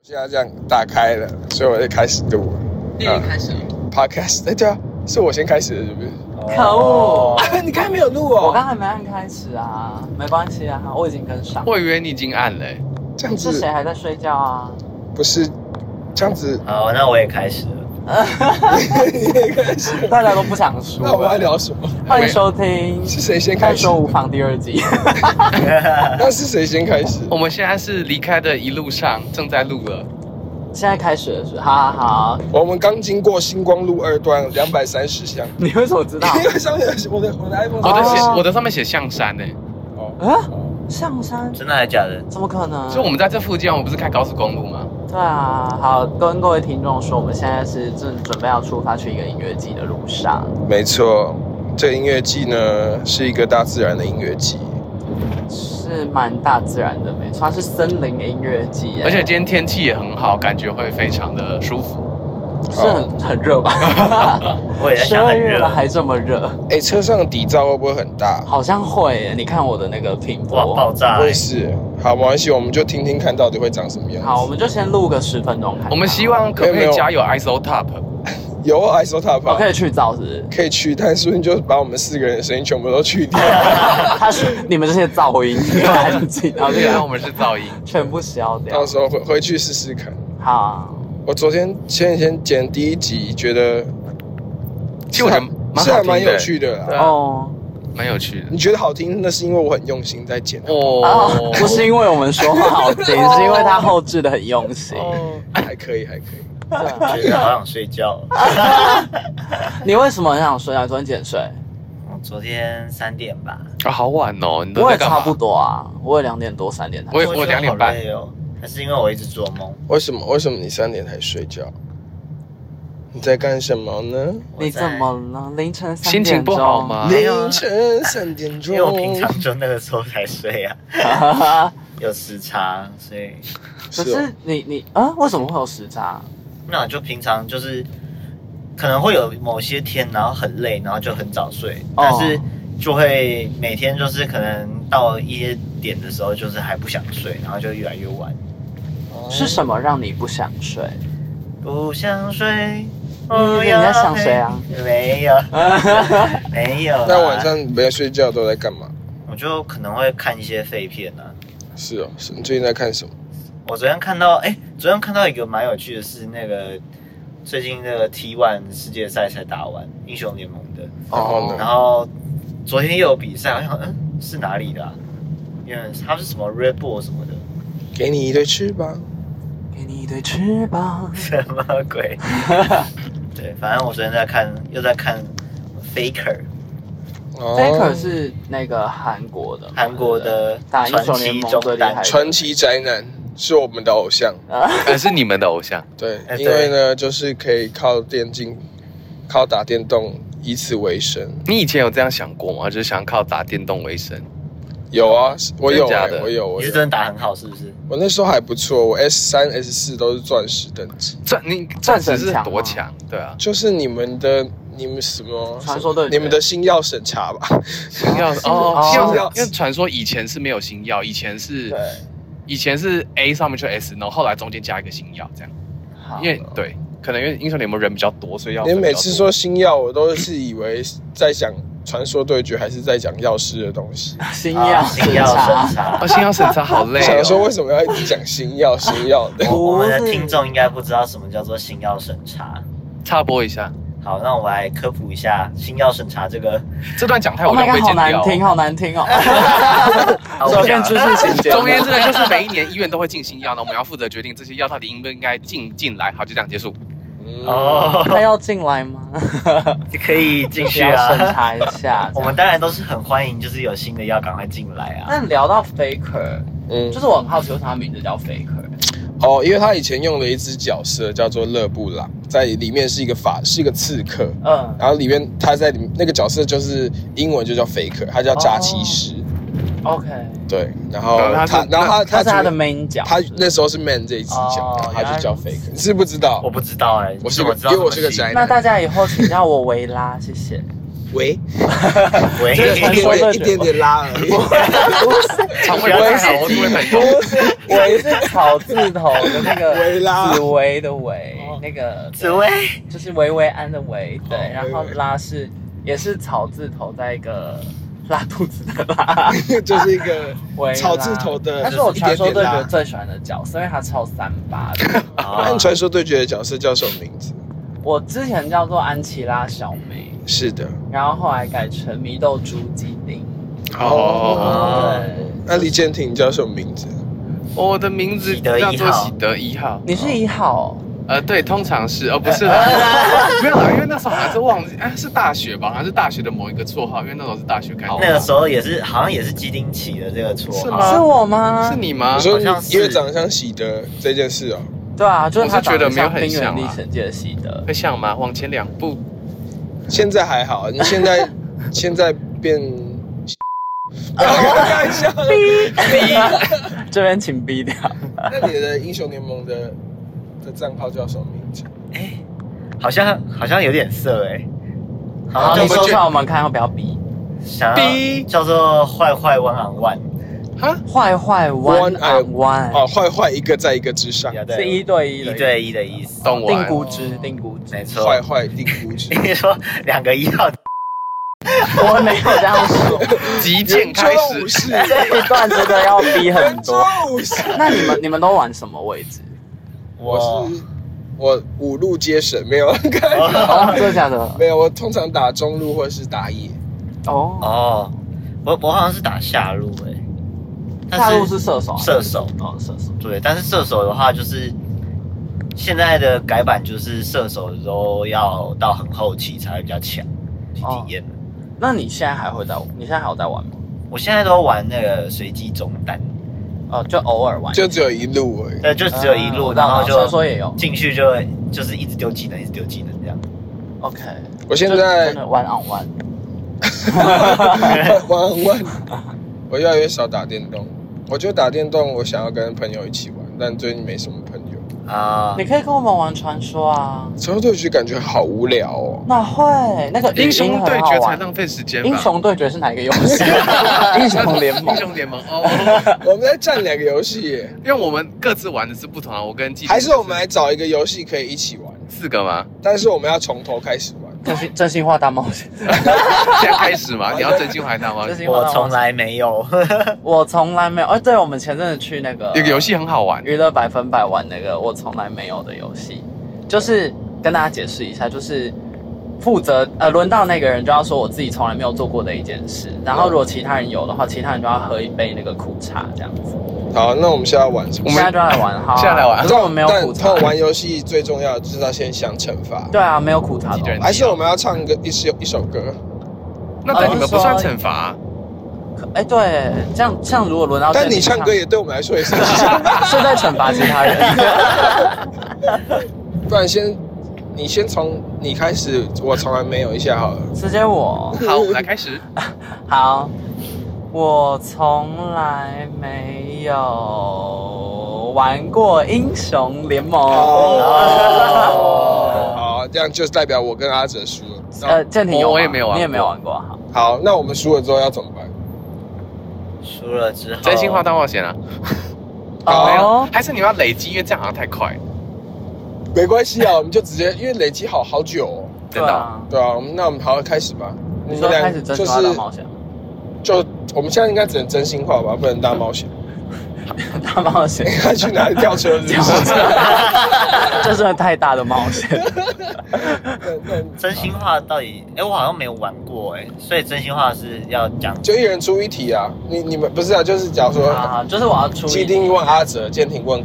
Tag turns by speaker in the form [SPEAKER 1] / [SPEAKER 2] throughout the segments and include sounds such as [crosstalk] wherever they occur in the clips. [SPEAKER 1] 现在这样打开了，所以我就开始录了。
[SPEAKER 2] 你已经开始了，
[SPEAKER 1] Podcast，哎、对啊，是我先开始的，是不是？
[SPEAKER 2] 可恶！
[SPEAKER 1] 啊， [laughs] 你刚才没有录
[SPEAKER 2] 哦 [laughs] 我刚
[SPEAKER 1] 哦。
[SPEAKER 2] 才没按开始啊，没关系啊，我已经跟上。
[SPEAKER 3] 我以为你已经按了、欸，
[SPEAKER 1] 这样
[SPEAKER 2] 你是
[SPEAKER 1] 子
[SPEAKER 2] 谁还在睡觉啊？
[SPEAKER 1] [laughs] 不是这样子，
[SPEAKER 4] 好，那我也开始了。
[SPEAKER 1] [laughs] 你也开始。
[SPEAKER 2] 大家都不想说。
[SPEAKER 1] [laughs] 那我们要聊什么？
[SPEAKER 2] 欢迎收听
[SPEAKER 1] 是
[SPEAKER 2] 《
[SPEAKER 1] 谁先开
[SPEAKER 2] 看
[SPEAKER 1] 始
[SPEAKER 2] 说
[SPEAKER 1] 的？
[SPEAKER 2] 无妨》第二集。 [laughs]
[SPEAKER 1] 那是谁先开始？
[SPEAKER 3] 我们现在是离开的一路上正在录了，
[SPEAKER 2] 现在开始了是？好好好，
[SPEAKER 1] 我们刚经过星光路二段两百三十巷，
[SPEAKER 2] 你为什
[SPEAKER 1] [laughs]
[SPEAKER 2] 么知道？
[SPEAKER 1] 因为上面有我的我的 iPhone
[SPEAKER 3] 我的写、
[SPEAKER 2] 哦
[SPEAKER 3] 我的上面写象山欸呢、
[SPEAKER 1] 哦，
[SPEAKER 2] 啊，象山？
[SPEAKER 4] [laughs] 真的还假的？
[SPEAKER 2] 怎么可能？
[SPEAKER 3] 所以我们在这附近，我们不是开高速公路吗？
[SPEAKER 2] 对啊，好，跟各位听众说，我们现在是正准备要出发去一个音乐季的路上，
[SPEAKER 1] 没错，这个音乐季呢是一个大自然的音乐季，
[SPEAKER 2] 是蛮大自然的，没错，它是森林音乐季耶，
[SPEAKER 3] 而且今天天气也很好，感觉会非常的舒服。
[SPEAKER 2] 是
[SPEAKER 3] 哦
[SPEAKER 2] 很很热
[SPEAKER 3] [laughs]
[SPEAKER 2] 吧？
[SPEAKER 4] 我也在
[SPEAKER 2] 十
[SPEAKER 4] 想
[SPEAKER 2] 二
[SPEAKER 4] 很
[SPEAKER 2] 月
[SPEAKER 4] 热
[SPEAKER 2] 了。还这么热，
[SPEAKER 1] 哎、车上的底噪会不会很大？
[SPEAKER 2] 好像会耶。你看我的那个屏
[SPEAKER 4] 哇，爆
[SPEAKER 2] 波。
[SPEAKER 4] 炸
[SPEAKER 1] 我
[SPEAKER 4] 欸、
[SPEAKER 1] 也
[SPEAKER 4] [laughs]
[SPEAKER 1] 是。好，没关系，我们就听听看到底会长什么样子。
[SPEAKER 2] 好，我们就先录个十分钟看看。
[SPEAKER 3] 我们希望可不
[SPEAKER 1] 没
[SPEAKER 3] 可
[SPEAKER 1] 有
[SPEAKER 3] 以加有 ISO Top？
[SPEAKER 2] 哎
[SPEAKER 1] 有啊 ISO Top，、？
[SPEAKER 2] 我可以去找是不
[SPEAKER 3] [laughs]
[SPEAKER 2] 是
[SPEAKER 1] 可以去，但是你就把我们四个人的声音全部都去掉。
[SPEAKER 2] 他是你们这些噪音，你们安静，然后就
[SPEAKER 3] 对
[SPEAKER 2] 给
[SPEAKER 3] 啊，
[SPEAKER 2] 它
[SPEAKER 3] 我们是噪音。
[SPEAKER 2] 全部消掉
[SPEAKER 1] 到。时候回回去试试看。
[SPEAKER 2] 好，
[SPEAKER 1] 我昨天前几天剪第一集，觉得
[SPEAKER 3] 其实我觉得蛮好听的
[SPEAKER 1] 是还蛮有趣的
[SPEAKER 3] 对
[SPEAKER 1] 啦。
[SPEAKER 3] 啊
[SPEAKER 2] 哦，
[SPEAKER 3] 蛮有趣的。
[SPEAKER 1] 你觉得好听，那是因为我很用心在剪。啊
[SPEAKER 2] [laughs] 哦，不
[SPEAKER 3] 哦，
[SPEAKER 2] 是因为我们说话好
[SPEAKER 3] [laughs]
[SPEAKER 2] 听，是因为他后置的很用心。
[SPEAKER 3] 哦
[SPEAKER 1] 还可以，还可以。
[SPEAKER 2] 对
[SPEAKER 4] 真的好想睡觉。
[SPEAKER 2] 你为什么很想睡啊？你昨天减睡？
[SPEAKER 4] 哦昨天三点吧，
[SPEAKER 3] 啊好晚哦，你都
[SPEAKER 2] 我
[SPEAKER 3] 在
[SPEAKER 2] 也
[SPEAKER 3] 干
[SPEAKER 2] 差
[SPEAKER 3] 嘛
[SPEAKER 2] 不？多啊，我也两点多三点才
[SPEAKER 3] 我也
[SPEAKER 2] 睡。
[SPEAKER 3] 我两点半
[SPEAKER 4] 好累哦，那是因为我一直做梦。
[SPEAKER 1] 为什么？为什么你三点才睡觉？你在干什么呢？
[SPEAKER 2] 你怎么？了？凌晨三
[SPEAKER 3] 心
[SPEAKER 2] 点
[SPEAKER 3] 情不好？
[SPEAKER 2] [laughs]
[SPEAKER 3] 吗？
[SPEAKER 4] 没有啊
[SPEAKER 1] 凌晨三点
[SPEAKER 4] [laughs] 因
[SPEAKER 1] 钟。
[SPEAKER 4] 为我平常就那个时候才睡啊， [laughs] 有时差，所以
[SPEAKER 2] 可
[SPEAKER 1] 哦
[SPEAKER 2] 是你你啊，为什么会有时差？
[SPEAKER 4] 那我就平常就是可能会有某些天，然后很累，然后就很早睡，
[SPEAKER 2] 哦
[SPEAKER 4] 但是就会每天就是可能到一些点的时候，就是还不想睡，然后就越来越晚。
[SPEAKER 2] 是什么让你不想睡？
[SPEAKER 4] 不想睡。
[SPEAKER 2] 嗯
[SPEAKER 4] 不要
[SPEAKER 2] 你在想谁啊
[SPEAKER 4] 陪？没
[SPEAKER 2] [laughs]
[SPEAKER 4] 有，没有啦。
[SPEAKER 1] 那晚上没睡觉都在干嘛？
[SPEAKER 4] 我就可能会看一些废片啊。
[SPEAKER 1] 是哦，是你最近在看什么？
[SPEAKER 4] 我昨天看到，哎、昨天看到一个蛮有趣的是，那个最近那个 T One 世界赛才打完，英雄联盟的。
[SPEAKER 1] 然后
[SPEAKER 4] 然
[SPEAKER 1] 呢？
[SPEAKER 4] 后昨天又有比赛，我想，嗯，是哪里的、啊？因为它是什么 Red Bull 什么的，
[SPEAKER 1] 给你一对翅膀。
[SPEAKER 2] 给你一对翅 [laughs] 膀。
[SPEAKER 4] 什么鬼？对，反正我昨天在看，又在看 Faker，
[SPEAKER 1] 哦
[SPEAKER 2] Faker 是那个韩国的吗，
[SPEAKER 4] 韩国的
[SPEAKER 2] 打英
[SPEAKER 4] 传
[SPEAKER 2] 雄联
[SPEAKER 4] 奇
[SPEAKER 2] 盟
[SPEAKER 4] 中
[SPEAKER 2] 最厉害
[SPEAKER 4] 单
[SPEAKER 2] 的。
[SPEAKER 1] 传奇宅男是我们的偶像，
[SPEAKER 3] 呃，是你们的偶像。
[SPEAKER 1] 对，
[SPEAKER 4] 哎
[SPEAKER 1] 因为呢，就是可以靠电竞、靠打电动以此为生。
[SPEAKER 3] 你以前有这样想过吗？就是想靠打电动为生？
[SPEAKER 1] 有啊，是我有、
[SPEAKER 3] 真假
[SPEAKER 1] 欸，
[SPEAKER 3] 的
[SPEAKER 1] 我有，我
[SPEAKER 4] 你是
[SPEAKER 1] 有。
[SPEAKER 4] 真的打很好是不是？
[SPEAKER 1] 我那时候还不错，我 S 三、S 四都是钻石等级，
[SPEAKER 3] 钻你钻石
[SPEAKER 2] 钻石
[SPEAKER 3] 是
[SPEAKER 2] 强吗
[SPEAKER 3] 多强？对啊，
[SPEAKER 1] 就是你们的你们什么
[SPEAKER 2] 传说对决
[SPEAKER 1] 你们的星耀审查吧？
[SPEAKER 3] 要
[SPEAKER 2] 哦
[SPEAKER 3] 哦，
[SPEAKER 1] 星
[SPEAKER 3] 要
[SPEAKER 1] 耀
[SPEAKER 3] 因为传说以前是没有星耀，以前是
[SPEAKER 4] 对，
[SPEAKER 3] 以前是 A 上面就 S，然后后来中间加一个星耀这样，
[SPEAKER 2] 好
[SPEAKER 3] 因为对，可能因为英雄联盟人比较多，所以要
[SPEAKER 1] 你
[SPEAKER 3] 分比较
[SPEAKER 1] 每
[SPEAKER 3] 多
[SPEAKER 1] 次说星耀，我都是以为在讲传说对决，还是在讲药师的东西。
[SPEAKER 2] 星耀
[SPEAKER 4] 星耀
[SPEAKER 2] 茶
[SPEAKER 4] 生茶 [laughs]
[SPEAKER 3] 哦，。星耀审查好累
[SPEAKER 1] 想说
[SPEAKER 3] 哦，
[SPEAKER 1] 为什么要一直讲星耀？星耀的，
[SPEAKER 4] 我我们的
[SPEAKER 2] 不是
[SPEAKER 4] 听众应该不知道什么叫做星耀审查。
[SPEAKER 3] 插播一下，
[SPEAKER 4] 好，那我们来科普一下星耀审查这 [laughs] 个。
[SPEAKER 3] 这段讲太我
[SPEAKER 2] Oh
[SPEAKER 3] 就
[SPEAKER 2] my
[SPEAKER 3] 被
[SPEAKER 2] god，好
[SPEAKER 3] 剪
[SPEAKER 2] 难
[SPEAKER 3] 掉
[SPEAKER 2] 听，
[SPEAKER 3] 哦。
[SPEAKER 2] 好难 [laughs] 听哦。
[SPEAKER 4] 好
[SPEAKER 2] 首先知识请
[SPEAKER 3] [laughs] 中间
[SPEAKER 2] 节
[SPEAKER 3] 这个就是每一年医院都会进新药，那我们要负责决定这些药到底应不应该进进来。好，就这样结束。
[SPEAKER 1] 嗯
[SPEAKER 4] 哦，
[SPEAKER 2] 他要进来 [laughs] 吗？
[SPEAKER 4] 可以进去
[SPEAKER 2] 要审
[SPEAKER 4] 啊。
[SPEAKER 2] 查一下。
[SPEAKER 4] [laughs] 我们当然都是很欢迎，就是有新的要赶快进来啊。
[SPEAKER 2] 那聊到 Faker，
[SPEAKER 1] 嗯
[SPEAKER 2] 就是我很好奇，为什么他名字叫 Faker？
[SPEAKER 1] 哦，因为他以前用了一只角色叫做勒布朗，在里面是一个法，是一个刺客，
[SPEAKER 2] 嗯，
[SPEAKER 1] 然后里面他在里面那个角色就是英文就叫 faker，他叫诈欺师，
[SPEAKER 2] OK，
[SPEAKER 1] 对，然后
[SPEAKER 3] 然后他
[SPEAKER 1] 他
[SPEAKER 3] 是，
[SPEAKER 1] 然后他
[SPEAKER 2] 他是他的
[SPEAKER 1] 主
[SPEAKER 2] main 角，
[SPEAKER 1] 他
[SPEAKER 2] 是不是
[SPEAKER 1] 那时候是 man 这一只角
[SPEAKER 2] 哦，
[SPEAKER 1] 然后他就叫
[SPEAKER 2] 原来
[SPEAKER 1] faker，你是不知道
[SPEAKER 4] 我，不知道哎、
[SPEAKER 1] 我是
[SPEAKER 4] 怎么知道
[SPEAKER 1] 因为我
[SPEAKER 4] 这
[SPEAKER 1] 是个
[SPEAKER 4] 戏
[SPEAKER 1] 宅男
[SPEAKER 2] 那大家以后请叫我维拉，谢谢。 [laughs]
[SPEAKER 1] 喂，哎
[SPEAKER 4] 喂，
[SPEAKER 2] 这是传说
[SPEAKER 1] 喂一点点拉而已。
[SPEAKER 3] 肠胃
[SPEAKER 4] 不要
[SPEAKER 3] 太
[SPEAKER 4] 太
[SPEAKER 3] 好，我就会很
[SPEAKER 2] 不是，我是草字头的那
[SPEAKER 1] [laughs] 微拉
[SPEAKER 2] 个紫薇的薇，那个 [laughs]
[SPEAKER 4] 紫薇，
[SPEAKER 2] 就是薇薇安的薇，对，
[SPEAKER 1] 哦
[SPEAKER 2] 然后
[SPEAKER 1] 薇薇
[SPEAKER 2] 拉是也是草字头在一个 [laughs] 拉肚子的拉，
[SPEAKER 1] [laughs] 就是一 [laughs] 个
[SPEAKER 2] 薇拉
[SPEAKER 1] 草字头的
[SPEAKER 2] 他是我传
[SPEAKER 1] 就
[SPEAKER 2] 说对
[SPEAKER 1] 是一点点
[SPEAKER 2] 决
[SPEAKER 1] 拉
[SPEAKER 2] 最喜欢的角色，因为他超三八
[SPEAKER 1] [laughs]
[SPEAKER 2] 的。
[SPEAKER 4] 啊
[SPEAKER 1] 那你传说对决的角色叫什么名字？
[SPEAKER 2] 我之前叫做安琪拉小梅，
[SPEAKER 1] 是的，
[SPEAKER 2] 然后后来改成祢豆猪鸡丁。
[SPEAKER 3] 哦。
[SPEAKER 4] 哦，
[SPEAKER 2] 对，
[SPEAKER 1] 那李建廷叫什么名字？
[SPEAKER 3] [laughs] 我的名字
[SPEAKER 4] 喜德一
[SPEAKER 3] 叫
[SPEAKER 4] 号
[SPEAKER 3] 做喜德一号。
[SPEAKER 2] 你
[SPEAKER 1] 哦
[SPEAKER 2] 是一号哦
[SPEAKER 3] 呃，对，通常是哦，不是啦，没有啦，因为那时候好像是忘记，哎，是大学吧，好像是大学的某一个绰号，因为那时候是大学开始。
[SPEAKER 4] 那个时候也是好像也是基丁起的这个
[SPEAKER 3] 是
[SPEAKER 4] 绰
[SPEAKER 3] 吗
[SPEAKER 4] 号，
[SPEAKER 2] 是我吗？
[SPEAKER 3] 是你吗
[SPEAKER 1] 你？说
[SPEAKER 4] 好像是
[SPEAKER 1] 因为长啊得像喜德这件事哦，
[SPEAKER 2] 对啊，就是他
[SPEAKER 3] 我是觉得没有很
[SPEAKER 2] 冰
[SPEAKER 3] 像
[SPEAKER 2] 原
[SPEAKER 3] 啊
[SPEAKER 2] 历险记的喜德。
[SPEAKER 3] 会像吗？往前两步，
[SPEAKER 1] 现在还好，你现 [laughs] 在现在变。 [laughs] 哦开玩 [laughs] 笑的，
[SPEAKER 2] [laughs] 这边请逼掉。
[SPEAKER 1] 那你的英雄联盟的的账号叫什么名字？
[SPEAKER 4] 好像好像有点色哎，
[SPEAKER 2] 好，
[SPEAKER 4] 好
[SPEAKER 2] 你
[SPEAKER 4] 像
[SPEAKER 2] 说
[SPEAKER 4] 叫
[SPEAKER 2] 出
[SPEAKER 4] 做
[SPEAKER 2] 来我们看要不要逼。
[SPEAKER 4] 想
[SPEAKER 3] 逼
[SPEAKER 4] 要叫做坏坏 one on one，
[SPEAKER 3] 哈，
[SPEAKER 2] 坏坏
[SPEAKER 1] One
[SPEAKER 2] one
[SPEAKER 1] eye-
[SPEAKER 2] on one，
[SPEAKER 1] 哦，坏坏一个啊在一个之上，
[SPEAKER 4] 呀
[SPEAKER 2] 是一
[SPEAKER 4] 对，
[SPEAKER 2] 对一
[SPEAKER 4] 一
[SPEAKER 2] 的
[SPEAKER 4] 对一的意思，
[SPEAKER 3] 懂我
[SPEAKER 2] 定
[SPEAKER 3] 啊。
[SPEAKER 2] 估值定估值。
[SPEAKER 4] 没错
[SPEAKER 1] 坏。坏定估 [laughs] 值。
[SPEAKER 4] [laughs] 你说两个一号，
[SPEAKER 2] 我没有这样
[SPEAKER 4] [laughs]
[SPEAKER 2] 说，
[SPEAKER 3] 极限开
[SPEAKER 1] 圆桌武
[SPEAKER 3] 始，
[SPEAKER 1] [laughs] 士，
[SPEAKER 2] 这一段真的要逼很
[SPEAKER 1] 圆
[SPEAKER 4] [laughs]
[SPEAKER 1] 桌
[SPEAKER 2] 多。
[SPEAKER 1] 武士。
[SPEAKER 2] 那你们你们都玩什么位置？
[SPEAKER 1] 我是我五路皆神，没有 [laughs] 开玩笑
[SPEAKER 2] 哦，真的假的？
[SPEAKER 1] 没有，我通常打中路或是打野，
[SPEAKER 2] 哦，
[SPEAKER 4] 哦，我我好像是打下路哎、但
[SPEAKER 2] 大陆是射手啊，
[SPEAKER 4] 射手
[SPEAKER 2] 哦，射手。
[SPEAKER 4] 对，但是射手的话就是现在的改版就是射手都要到很后期才会比较强去体验、
[SPEAKER 2] 那你现在还会在？你现在还有在玩吗？
[SPEAKER 4] 我现在都玩那个随机中单，呃
[SPEAKER 2] 哦，就偶尔玩。
[SPEAKER 1] 就只有一路
[SPEAKER 4] [laughs]
[SPEAKER 1] 而已。
[SPEAKER 4] 对，就只有一路，
[SPEAKER 2] 啊
[SPEAKER 4] 然后
[SPEAKER 2] 射
[SPEAKER 4] 就
[SPEAKER 2] 手也有。
[SPEAKER 4] 进去就就是一直丢技能，一直丢技能这样。
[SPEAKER 2] OK。
[SPEAKER 1] 我现
[SPEAKER 2] 就
[SPEAKER 1] 在
[SPEAKER 2] 真的 one on one。
[SPEAKER 1] 玩玩，我越来越少打电动。我觉得打电动，我想要跟朋友一起玩，但最近没什么朋友。
[SPEAKER 4] 啊、
[SPEAKER 2] 你可以跟我们玩传说啊。
[SPEAKER 1] 传说对局感觉好无聊哦。
[SPEAKER 2] 哪会？那个语音
[SPEAKER 3] 英雄
[SPEAKER 2] 很
[SPEAKER 3] 对
[SPEAKER 2] 好
[SPEAKER 3] 决才
[SPEAKER 2] 玩
[SPEAKER 3] 浪费时间吧？
[SPEAKER 2] 英雄对决是哪一个游
[SPEAKER 3] [laughs]
[SPEAKER 2] 戏？英雄联盟
[SPEAKER 3] 英。雄联盟哦，
[SPEAKER 1] 我们在战两个游戏
[SPEAKER 3] [laughs]
[SPEAKER 1] 耶，
[SPEAKER 3] 因为我们各自玩的是不同啊，我跟季
[SPEAKER 1] 还是我们来找一个游戏可以一起玩，
[SPEAKER 3] 四个吗？
[SPEAKER 1] 但是我们要从头开始玩。
[SPEAKER 2] 真心真心话大冒险。
[SPEAKER 3] 现在开始嘛？你要真心还他吗？
[SPEAKER 2] 真心话
[SPEAKER 4] 我
[SPEAKER 2] 大冒
[SPEAKER 4] 从
[SPEAKER 2] 险
[SPEAKER 4] 来没有，
[SPEAKER 2] 我从来没有。哎、对，我们前阵子去那个
[SPEAKER 3] 有个游戏很好玩，
[SPEAKER 2] 娱乐百分百玩那个我从来没有的游戏，就是跟大家解释一下，就是负责呃轮到那个人就要说我自己从来没有做过的一件事，然
[SPEAKER 3] 嗯
[SPEAKER 2] 后如果其他人有的话，其他人就要喝一杯那个苦茶这样子。
[SPEAKER 1] 好，那我们现在玩什么
[SPEAKER 3] 我？
[SPEAKER 2] 现在
[SPEAKER 3] 们
[SPEAKER 2] 就来玩，好、啊，
[SPEAKER 3] 现在来玩
[SPEAKER 2] 可是我们没有
[SPEAKER 1] 但
[SPEAKER 2] 苦茶
[SPEAKER 1] 但。玩游戏最重要的就是要先想惩罚。
[SPEAKER 2] 对啊，没有苦茶
[SPEAKER 3] 几
[SPEAKER 2] 的
[SPEAKER 3] 个人
[SPEAKER 2] 话，
[SPEAKER 1] 还是我们要唱个一首一首歌，
[SPEAKER 3] 那对你们不算惩罚啊，
[SPEAKER 2] 可哎、对，这样这样如果轮到
[SPEAKER 1] 但你
[SPEAKER 2] 这里
[SPEAKER 1] 唱歌也对我们来说也是很伤。
[SPEAKER 2] [laughs] 是在惩罚其他人。
[SPEAKER 1] 不然先，你先从你开始，我从来没有一下好了。
[SPEAKER 2] 直接我
[SPEAKER 3] 好，我们来开始。
[SPEAKER 2] 好，我从来没有玩过英雄联盟。
[SPEAKER 1] 哦，好，这样就代表我跟阿哲输了。
[SPEAKER 2] [laughs] 呃，建廷有吗
[SPEAKER 3] 我也没有玩过
[SPEAKER 2] 你也没有玩过。啊好，
[SPEAKER 1] 好，那我们输了之后要怎么办？
[SPEAKER 4] 输了之后
[SPEAKER 3] 真心话大冒险啊，
[SPEAKER 1] 好
[SPEAKER 3] 没有
[SPEAKER 2] 哦，，
[SPEAKER 3] 还是你要累积，因为这样好像太快，
[SPEAKER 1] 没关系啊，我们就直接，因为累积好好久、哦。
[SPEAKER 3] 真
[SPEAKER 2] 对
[SPEAKER 3] 的。
[SPEAKER 2] 啊，
[SPEAKER 1] 对啊，我们那我们好好开始吧。
[SPEAKER 2] 你说开始真
[SPEAKER 1] 就
[SPEAKER 2] 心
[SPEAKER 1] 是
[SPEAKER 2] 话大冒险吗， [laughs]
[SPEAKER 1] 就我们现在应该只能真心话吧，不能大冒险。 [laughs]
[SPEAKER 2] 大冒险， [laughs]
[SPEAKER 1] 他去哪里跳车是 [laughs] 不是？
[SPEAKER 2] 这真的太大的冒险。
[SPEAKER 4] 真心话到底？哎、我好像没有玩过哎、所以真心话是要讲
[SPEAKER 1] 就一人出一题啊。你你们不是啊？就是假如 [laughs] 说，
[SPEAKER 2] 好好，就是我要出
[SPEAKER 1] 基
[SPEAKER 2] 一
[SPEAKER 1] 丁问阿哲，建廷问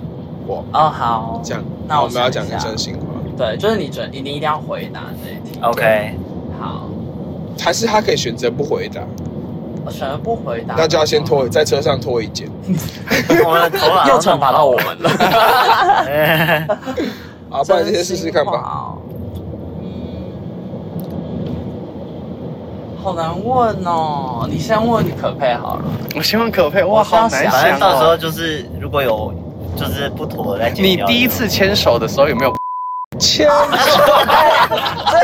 [SPEAKER 1] 我，
[SPEAKER 2] 哦，好，
[SPEAKER 1] 这样，
[SPEAKER 2] 那我
[SPEAKER 1] 我们要
[SPEAKER 2] 想
[SPEAKER 1] 讲
[SPEAKER 2] 一
[SPEAKER 1] 个
[SPEAKER 2] 下
[SPEAKER 1] 真心话，
[SPEAKER 2] 对，就是你准，你一定要回答这一题。
[SPEAKER 4] OK。
[SPEAKER 2] 好，
[SPEAKER 1] 还是他可以选择不回答，
[SPEAKER 2] 我选择不回答。
[SPEAKER 1] 那就要先拖在车上拖一件。
[SPEAKER 4] 我们的头脑
[SPEAKER 2] [laughs] 又惩罚到我
[SPEAKER 4] [laughs]
[SPEAKER 2] 们了。
[SPEAKER 1] [laughs]
[SPEAKER 4] 了。
[SPEAKER 1] 啊，不然先试试看吧。
[SPEAKER 2] 嗯真心话哦。好难问哦，你先问可佩
[SPEAKER 1] [laughs]
[SPEAKER 2] 好了。
[SPEAKER 3] 我希望可佩，哇，好难
[SPEAKER 4] 反正
[SPEAKER 3] 想
[SPEAKER 4] 到时
[SPEAKER 3] 哦。
[SPEAKER 4] 候就是如果有就是不妥的再剪
[SPEAKER 3] 你
[SPEAKER 4] 掉
[SPEAKER 3] 第一次牵手的时候有没有？
[SPEAKER 1] 千
[SPEAKER 2] 这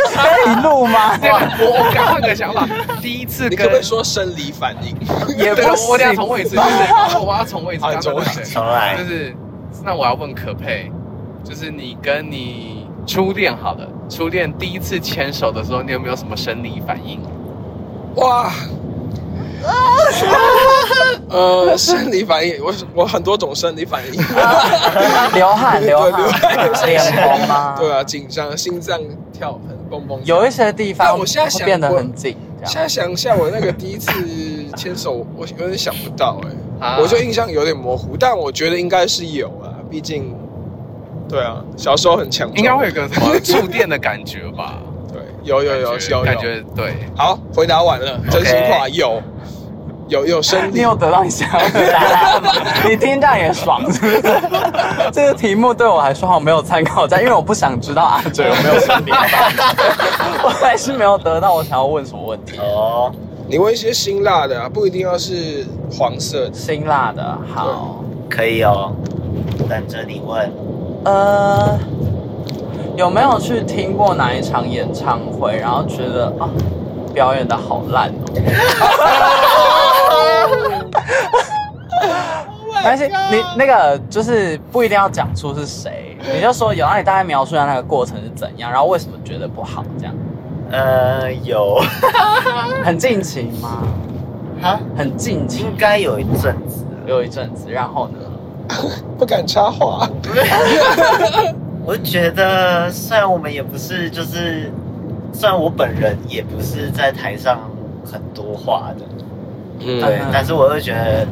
[SPEAKER 2] 是可以录吗？
[SPEAKER 3] 这个我我刚换个想法，第一次
[SPEAKER 1] 你可不可
[SPEAKER 3] 跟
[SPEAKER 1] 以说生理反应？ [laughs] 啊
[SPEAKER 2] 也不
[SPEAKER 3] 对，我我等
[SPEAKER 2] 行
[SPEAKER 3] 一下重问一次，就是我要重问一次，
[SPEAKER 1] 好
[SPEAKER 3] 刚刚
[SPEAKER 1] 重问
[SPEAKER 3] 那个
[SPEAKER 4] 重来
[SPEAKER 3] 就是那我要问可佩，就是你跟你初恋好了，初恋第一次牵手的时候，你有没有什么生理反应？
[SPEAKER 1] 哇， [laughs] 呃，生理反应，我我很多种生理反应，
[SPEAKER 2] [laughs] 流汗，流
[SPEAKER 1] [laughs] 对流
[SPEAKER 2] 汗，
[SPEAKER 1] 汗
[SPEAKER 2] 脸红吗？
[SPEAKER 1] 对啊，紧张，心脏跳很蹦蹦。
[SPEAKER 2] 有一些地
[SPEAKER 1] 但
[SPEAKER 2] 方
[SPEAKER 1] 我现在想
[SPEAKER 2] 会变得
[SPEAKER 1] 我
[SPEAKER 2] 很紧，这
[SPEAKER 1] 现在
[SPEAKER 2] 样
[SPEAKER 1] 想一下，我那个第一次牵手，我有点想不到哎、
[SPEAKER 3] 啊
[SPEAKER 1] 我就印象有点模糊，但我觉得应该是有啊，毕竟，对啊，小时候很强壮，
[SPEAKER 3] 应该会有个什 [laughs] 么触电的感觉吧？
[SPEAKER 1] 对，有有有
[SPEAKER 3] 感觉
[SPEAKER 1] 有
[SPEAKER 3] 感
[SPEAKER 1] 有。
[SPEAKER 3] 觉对。
[SPEAKER 1] 好，回答完了，真心话有，有有生
[SPEAKER 2] 你
[SPEAKER 1] 理，
[SPEAKER 2] 有得到你想要的答案吗？你听这样也爽 [laughs] 是不是？这个题目对我来说好像没有参考价，因为我不想知道阿哲有没有生理反应，我还是没有得到我想要问什么问题。
[SPEAKER 4] 哦，
[SPEAKER 1] 你问一些辛辣的、啊，不一定要是黄色的。
[SPEAKER 2] 辛辣的，好。
[SPEAKER 4] 可以哦，等着你问。
[SPEAKER 2] 呃，有没有去听过哪一场演唱会，然后觉得啊，表演的好烂哦？ [laughs] 没关系，你那个就是不一定要讲出是谁，你就说有，那哎你大概描述一下那个过程是怎样，然后为什么觉得不好，这样
[SPEAKER 4] 呃，有 [laughs]
[SPEAKER 2] 很尽情吗？
[SPEAKER 4] 哈，
[SPEAKER 2] 很尽情，
[SPEAKER 4] 应该有一阵子了。
[SPEAKER 2] 有一阵子，然后呢？
[SPEAKER 1] 不敢插话，
[SPEAKER 4] 我觉得，虽然我们也不是，就是虽然我本人也不是在台上很多话的，
[SPEAKER 1] 嗯
[SPEAKER 4] 对，
[SPEAKER 2] 嗯
[SPEAKER 4] 但是我会觉得，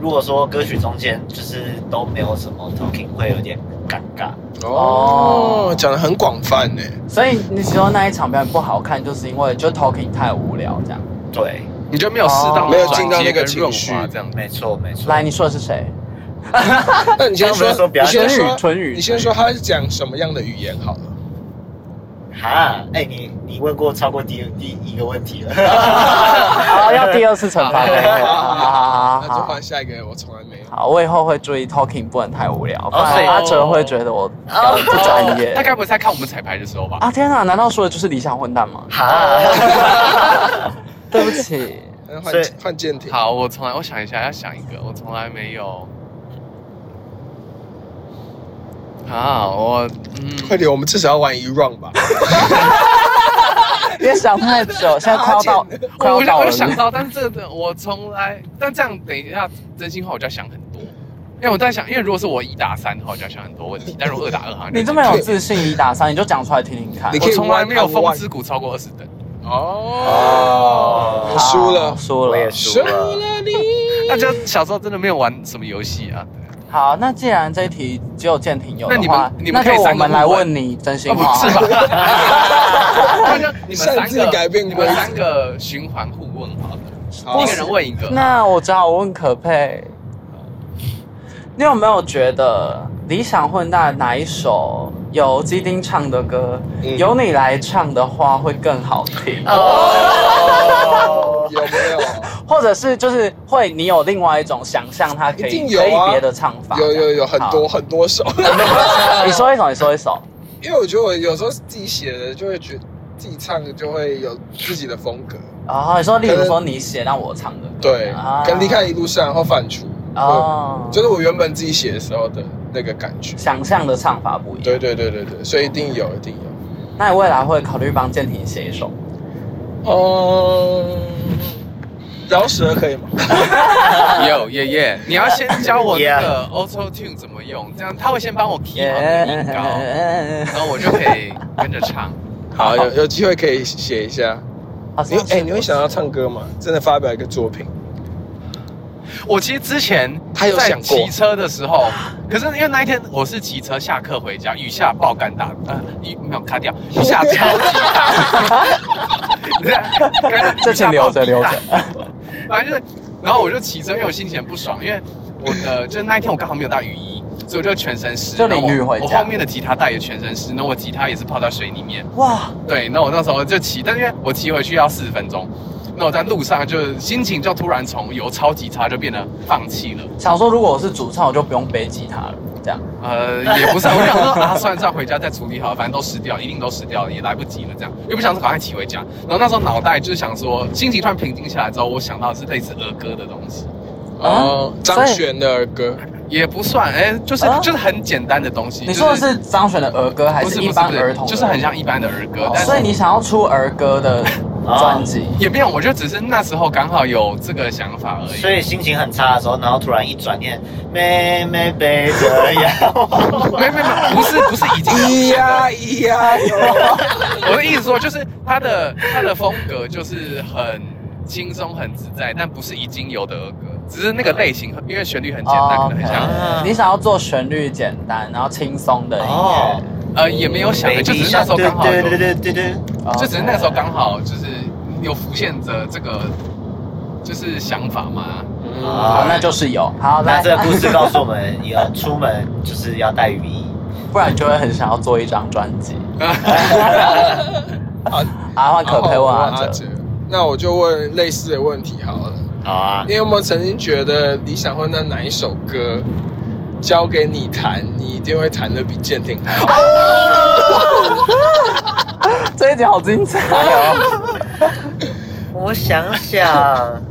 [SPEAKER 4] 如果说歌曲中间就是都没有什么 talking，会有点尴尬。
[SPEAKER 1] 哦，讲的很广泛欸呢。
[SPEAKER 2] 所以你说那一场表演不好看，就是因为就 talking 太无聊这样。
[SPEAKER 4] 对，
[SPEAKER 3] 你就没有适当
[SPEAKER 2] 哦
[SPEAKER 3] 的
[SPEAKER 2] 没有
[SPEAKER 1] 进到
[SPEAKER 3] 转接
[SPEAKER 1] 那个
[SPEAKER 3] 跟
[SPEAKER 1] 情
[SPEAKER 3] 润
[SPEAKER 1] 绪
[SPEAKER 3] 滑这样子，
[SPEAKER 4] 没错没错。
[SPEAKER 2] 来，你说的是谁？
[SPEAKER 1] 那你先
[SPEAKER 4] 刚刚不是
[SPEAKER 1] 说
[SPEAKER 4] 说，不要
[SPEAKER 1] 你先
[SPEAKER 2] 讲
[SPEAKER 1] 说，
[SPEAKER 2] 唇语唇语
[SPEAKER 1] 你先说他是讲什么样的语言好了。
[SPEAKER 4] 哈，哎、你你问过超过第第一个问题了，
[SPEAKER 2] [laughs] 好，要第二次惩罚才可以。好好
[SPEAKER 3] 啊
[SPEAKER 2] 好
[SPEAKER 1] 那
[SPEAKER 2] 好
[SPEAKER 1] 就
[SPEAKER 2] 好
[SPEAKER 1] 换。下一个，我从来没有。
[SPEAKER 2] 好，我以后会注意 talking，不能太无聊，不
[SPEAKER 4] 所
[SPEAKER 2] 然
[SPEAKER 4] 以
[SPEAKER 2] 阿哲会觉得我表演不专业
[SPEAKER 3] 他。哦该不会在看我们彩排的时候吧？
[SPEAKER 2] 啊天哪！难道说的就是理想混蛋吗？
[SPEAKER 4] [laughs] 哈，
[SPEAKER 2] [laughs] 对不起，
[SPEAKER 1] 那
[SPEAKER 4] 所
[SPEAKER 1] 哎换
[SPEAKER 4] 以
[SPEAKER 1] 换舰艇。
[SPEAKER 3] 好，我从来我想一下，要想一个，我从来没有。啊，我
[SPEAKER 1] 快
[SPEAKER 3] 嗯，
[SPEAKER 1] 点，我们至少要玩一 round 吧。
[SPEAKER 2] 别想太久，现在快要到快
[SPEAKER 3] 我
[SPEAKER 2] 要
[SPEAKER 3] 我想
[SPEAKER 2] 到了
[SPEAKER 3] 我有。想到，但是这个我从来，但这样等一下真心话我就要想很多，因为我在想，因为如果是我一打三的话，我就要想很多问题，但如果二打二好像就
[SPEAKER 2] 你这么有自信，一打三你就讲出来听听看
[SPEAKER 1] 你。可
[SPEAKER 3] 我
[SPEAKER 1] 以
[SPEAKER 3] 从来没有
[SPEAKER 1] one on one
[SPEAKER 3] 风之谷超过二十等，
[SPEAKER 1] 哦
[SPEAKER 4] 哦
[SPEAKER 1] 我输了
[SPEAKER 2] 好，输
[SPEAKER 4] 我也
[SPEAKER 2] 了。
[SPEAKER 4] 输了。
[SPEAKER 1] 你。
[SPEAKER 3] 那就小时候真的没有玩什么游戏啊。
[SPEAKER 2] 好，那既然这一题只有舰艇有
[SPEAKER 3] 那
[SPEAKER 2] 的
[SPEAKER 3] 你们
[SPEAKER 2] 话，
[SPEAKER 3] 你
[SPEAKER 2] 那
[SPEAKER 3] 们可
[SPEAKER 2] 就
[SPEAKER 3] 以
[SPEAKER 2] 我
[SPEAKER 3] 三个
[SPEAKER 2] 们来
[SPEAKER 3] 互问
[SPEAKER 2] 问你真
[SPEAKER 3] 哦，
[SPEAKER 2] 心
[SPEAKER 3] 不
[SPEAKER 2] 话。
[SPEAKER 3] 是吧？那就你们
[SPEAKER 1] 擅
[SPEAKER 3] 三
[SPEAKER 1] 自
[SPEAKER 3] 个
[SPEAKER 1] 改变
[SPEAKER 3] 你
[SPEAKER 1] 规
[SPEAKER 3] 们
[SPEAKER 1] 则
[SPEAKER 3] 三个循环互问好了，
[SPEAKER 1] 好
[SPEAKER 3] 一个人问一个。
[SPEAKER 2] 那我只好问可佩，你有没有觉得《理想混蛋》哪一首由基丁唱的歌，
[SPEAKER 1] 嗯
[SPEAKER 2] 由你来唱的话会更好听？
[SPEAKER 4] 哦，
[SPEAKER 1] 有没有？
[SPEAKER 2] [laughs] 或者是就是会你有另外一种想象，它可
[SPEAKER 1] 一
[SPEAKER 2] 以、
[SPEAKER 1] 定有
[SPEAKER 2] 可
[SPEAKER 1] 啊
[SPEAKER 2] 以别的唱法？
[SPEAKER 1] 有有有很多很多首，
[SPEAKER 2] 好。 [laughs] 你说一首，你说一首。
[SPEAKER 1] 因为我觉得我有时候自己写的就会觉得自己唱的就会有自己的风格，
[SPEAKER 2] 哦，你说，例如说你写让我唱的歌，
[SPEAKER 1] 对
[SPEAKER 2] 啊，
[SPEAKER 1] 跟离开一路上或反刍，
[SPEAKER 2] 哦，
[SPEAKER 1] 就是我原本自己写的时候的那个感觉。
[SPEAKER 2] 想象的唱法不一样。
[SPEAKER 1] 对对对对对，所以一定有，一定有。
[SPEAKER 2] 那你未来会考虑帮建廷写一首？
[SPEAKER 1] 哦，饶舌可以吗？
[SPEAKER 3] 有耶耶，你要先教我那个 Auto Tune 怎么用，这样他会先
[SPEAKER 2] [laughs]
[SPEAKER 3] 帮我 key 好那个音高，然后我就可以跟着唱。
[SPEAKER 1] 好，有有机会可以写一下。
[SPEAKER 2] 好
[SPEAKER 1] 你
[SPEAKER 2] 像是
[SPEAKER 1] 哎、你会想要唱歌吗？真的发表一个作品？
[SPEAKER 3] 我其实之前
[SPEAKER 1] 他有
[SPEAKER 3] 在
[SPEAKER 1] 想过
[SPEAKER 3] 骑车的时候，可是因为那一天我是骑车下课回家，雨下爆干大，呃，雨没有卡掉，雨下超级
[SPEAKER 2] [laughs]
[SPEAKER 3] 大，
[SPEAKER 2] 这请留着留着。
[SPEAKER 3] 反正就是，然后我就骑车，因为我心情很不爽，因为我的就是那一天我刚好没有带雨衣，所以我就全身湿。
[SPEAKER 2] 就淋雨
[SPEAKER 3] 然后我
[SPEAKER 2] 回
[SPEAKER 3] 我
[SPEAKER 2] 家
[SPEAKER 3] 后面的吉他带也全身湿，那我吉他也是泡到水里面。
[SPEAKER 2] 哇，
[SPEAKER 3] 对，那我那时候就骑，但是因为我骑回去要四十分钟，那我在路上就心情就突然从由超级差就变得放弃了。
[SPEAKER 2] 想说如果我是主唱，我就不用背吉他了。这样。
[SPEAKER 3] 呃，也不是，我就想说啊，算了，算了，回家再处理好了，反正都湿掉了，一定都湿掉了，也来不及了，这样，又不想说赶快骑回家。然后那时候脑袋就是想说，心情突然平静下来之后，我想到是类似儿歌的东西，
[SPEAKER 1] 哦，
[SPEAKER 2] 所
[SPEAKER 1] 张
[SPEAKER 2] 以
[SPEAKER 1] 悬的儿歌，
[SPEAKER 3] 也不算，哎、就是、
[SPEAKER 2] 啊
[SPEAKER 3] 就是很简单的东西。
[SPEAKER 2] 你说的
[SPEAKER 3] 就是
[SPEAKER 2] 张悬的儿歌还
[SPEAKER 3] 不是
[SPEAKER 2] 一般
[SPEAKER 3] 不是
[SPEAKER 2] 儿童的？
[SPEAKER 3] 就是很像一般的儿歌，
[SPEAKER 2] 哦。
[SPEAKER 3] 但是
[SPEAKER 2] 所以你想要出儿歌的专辑？
[SPEAKER 3] 也没有，我就只是那时候刚好有这个想法而已。
[SPEAKER 4] 所以心情很差的时候，然后突然一转念， [laughs] 妹妹背着
[SPEAKER 3] [laughs]
[SPEAKER 4] 摇，
[SPEAKER 3] 没没没，不是不是已经
[SPEAKER 1] 咿呀咿
[SPEAKER 2] [laughs]
[SPEAKER 1] 呀哟，
[SPEAKER 3] 我的意思说，就是他的他的风格就是很轻松、很自在，但不是已经有的儿歌，只是那个类型很，因为旋律很简单， [laughs]
[SPEAKER 2] 哦
[SPEAKER 3] 可能很像，
[SPEAKER 4] 啊
[SPEAKER 2] 你想要做旋律简单，然后轻松的音乐
[SPEAKER 4] 哦，
[SPEAKER 3] 呃，也没有想的，就只是那时候刚好有，
[SPEAKER 4] 对对
[SPEAKER 3] 就
[SPEAKER 4] 对对对，
[SPEAKER 2] 哦
[SPEAKER 3] 只是那时候刚好就是有浮现着这个就是想法嘛。
[SPEAKER 2] 好，
[SPEAKER 4] 啊
[SPEAKER 2] 哦那就是有。好，
[SPEAKER 4] 那
[SPEAKER 2] 来，
[SPEAKER 4] 这个故事告诉我们，以后出门就是要带雨衣。
[SPEAKER 2] [laughs] 不然你就会很想要做一张专辑。
[SPEAKER 1] 好
[SPEAKER 2] 啊，换可佩
[SPEAKER 1] 然
[SPEAKER 2] 问
[SPEAKER 1] 后
[SPEAKER 2] 阿
[SPEAKER 1] 哦阿
[SPEAKER 2] 哲，
[SPEAKER 1] 那我就问类似的问题好了，
[SPEAKER 4] 好啊
[SPEAKER 1] 你，有没有曾经觉得理想混蛋哪一首歌交给你弹，你一定会弹的比鉴定还好？
[SPEAKER 2] 这一集好精彩哦！ [laughs]
[SPEAKER 4] 我想
[SPEAKER 3] [laughs]
[SPEAKER 4] 想，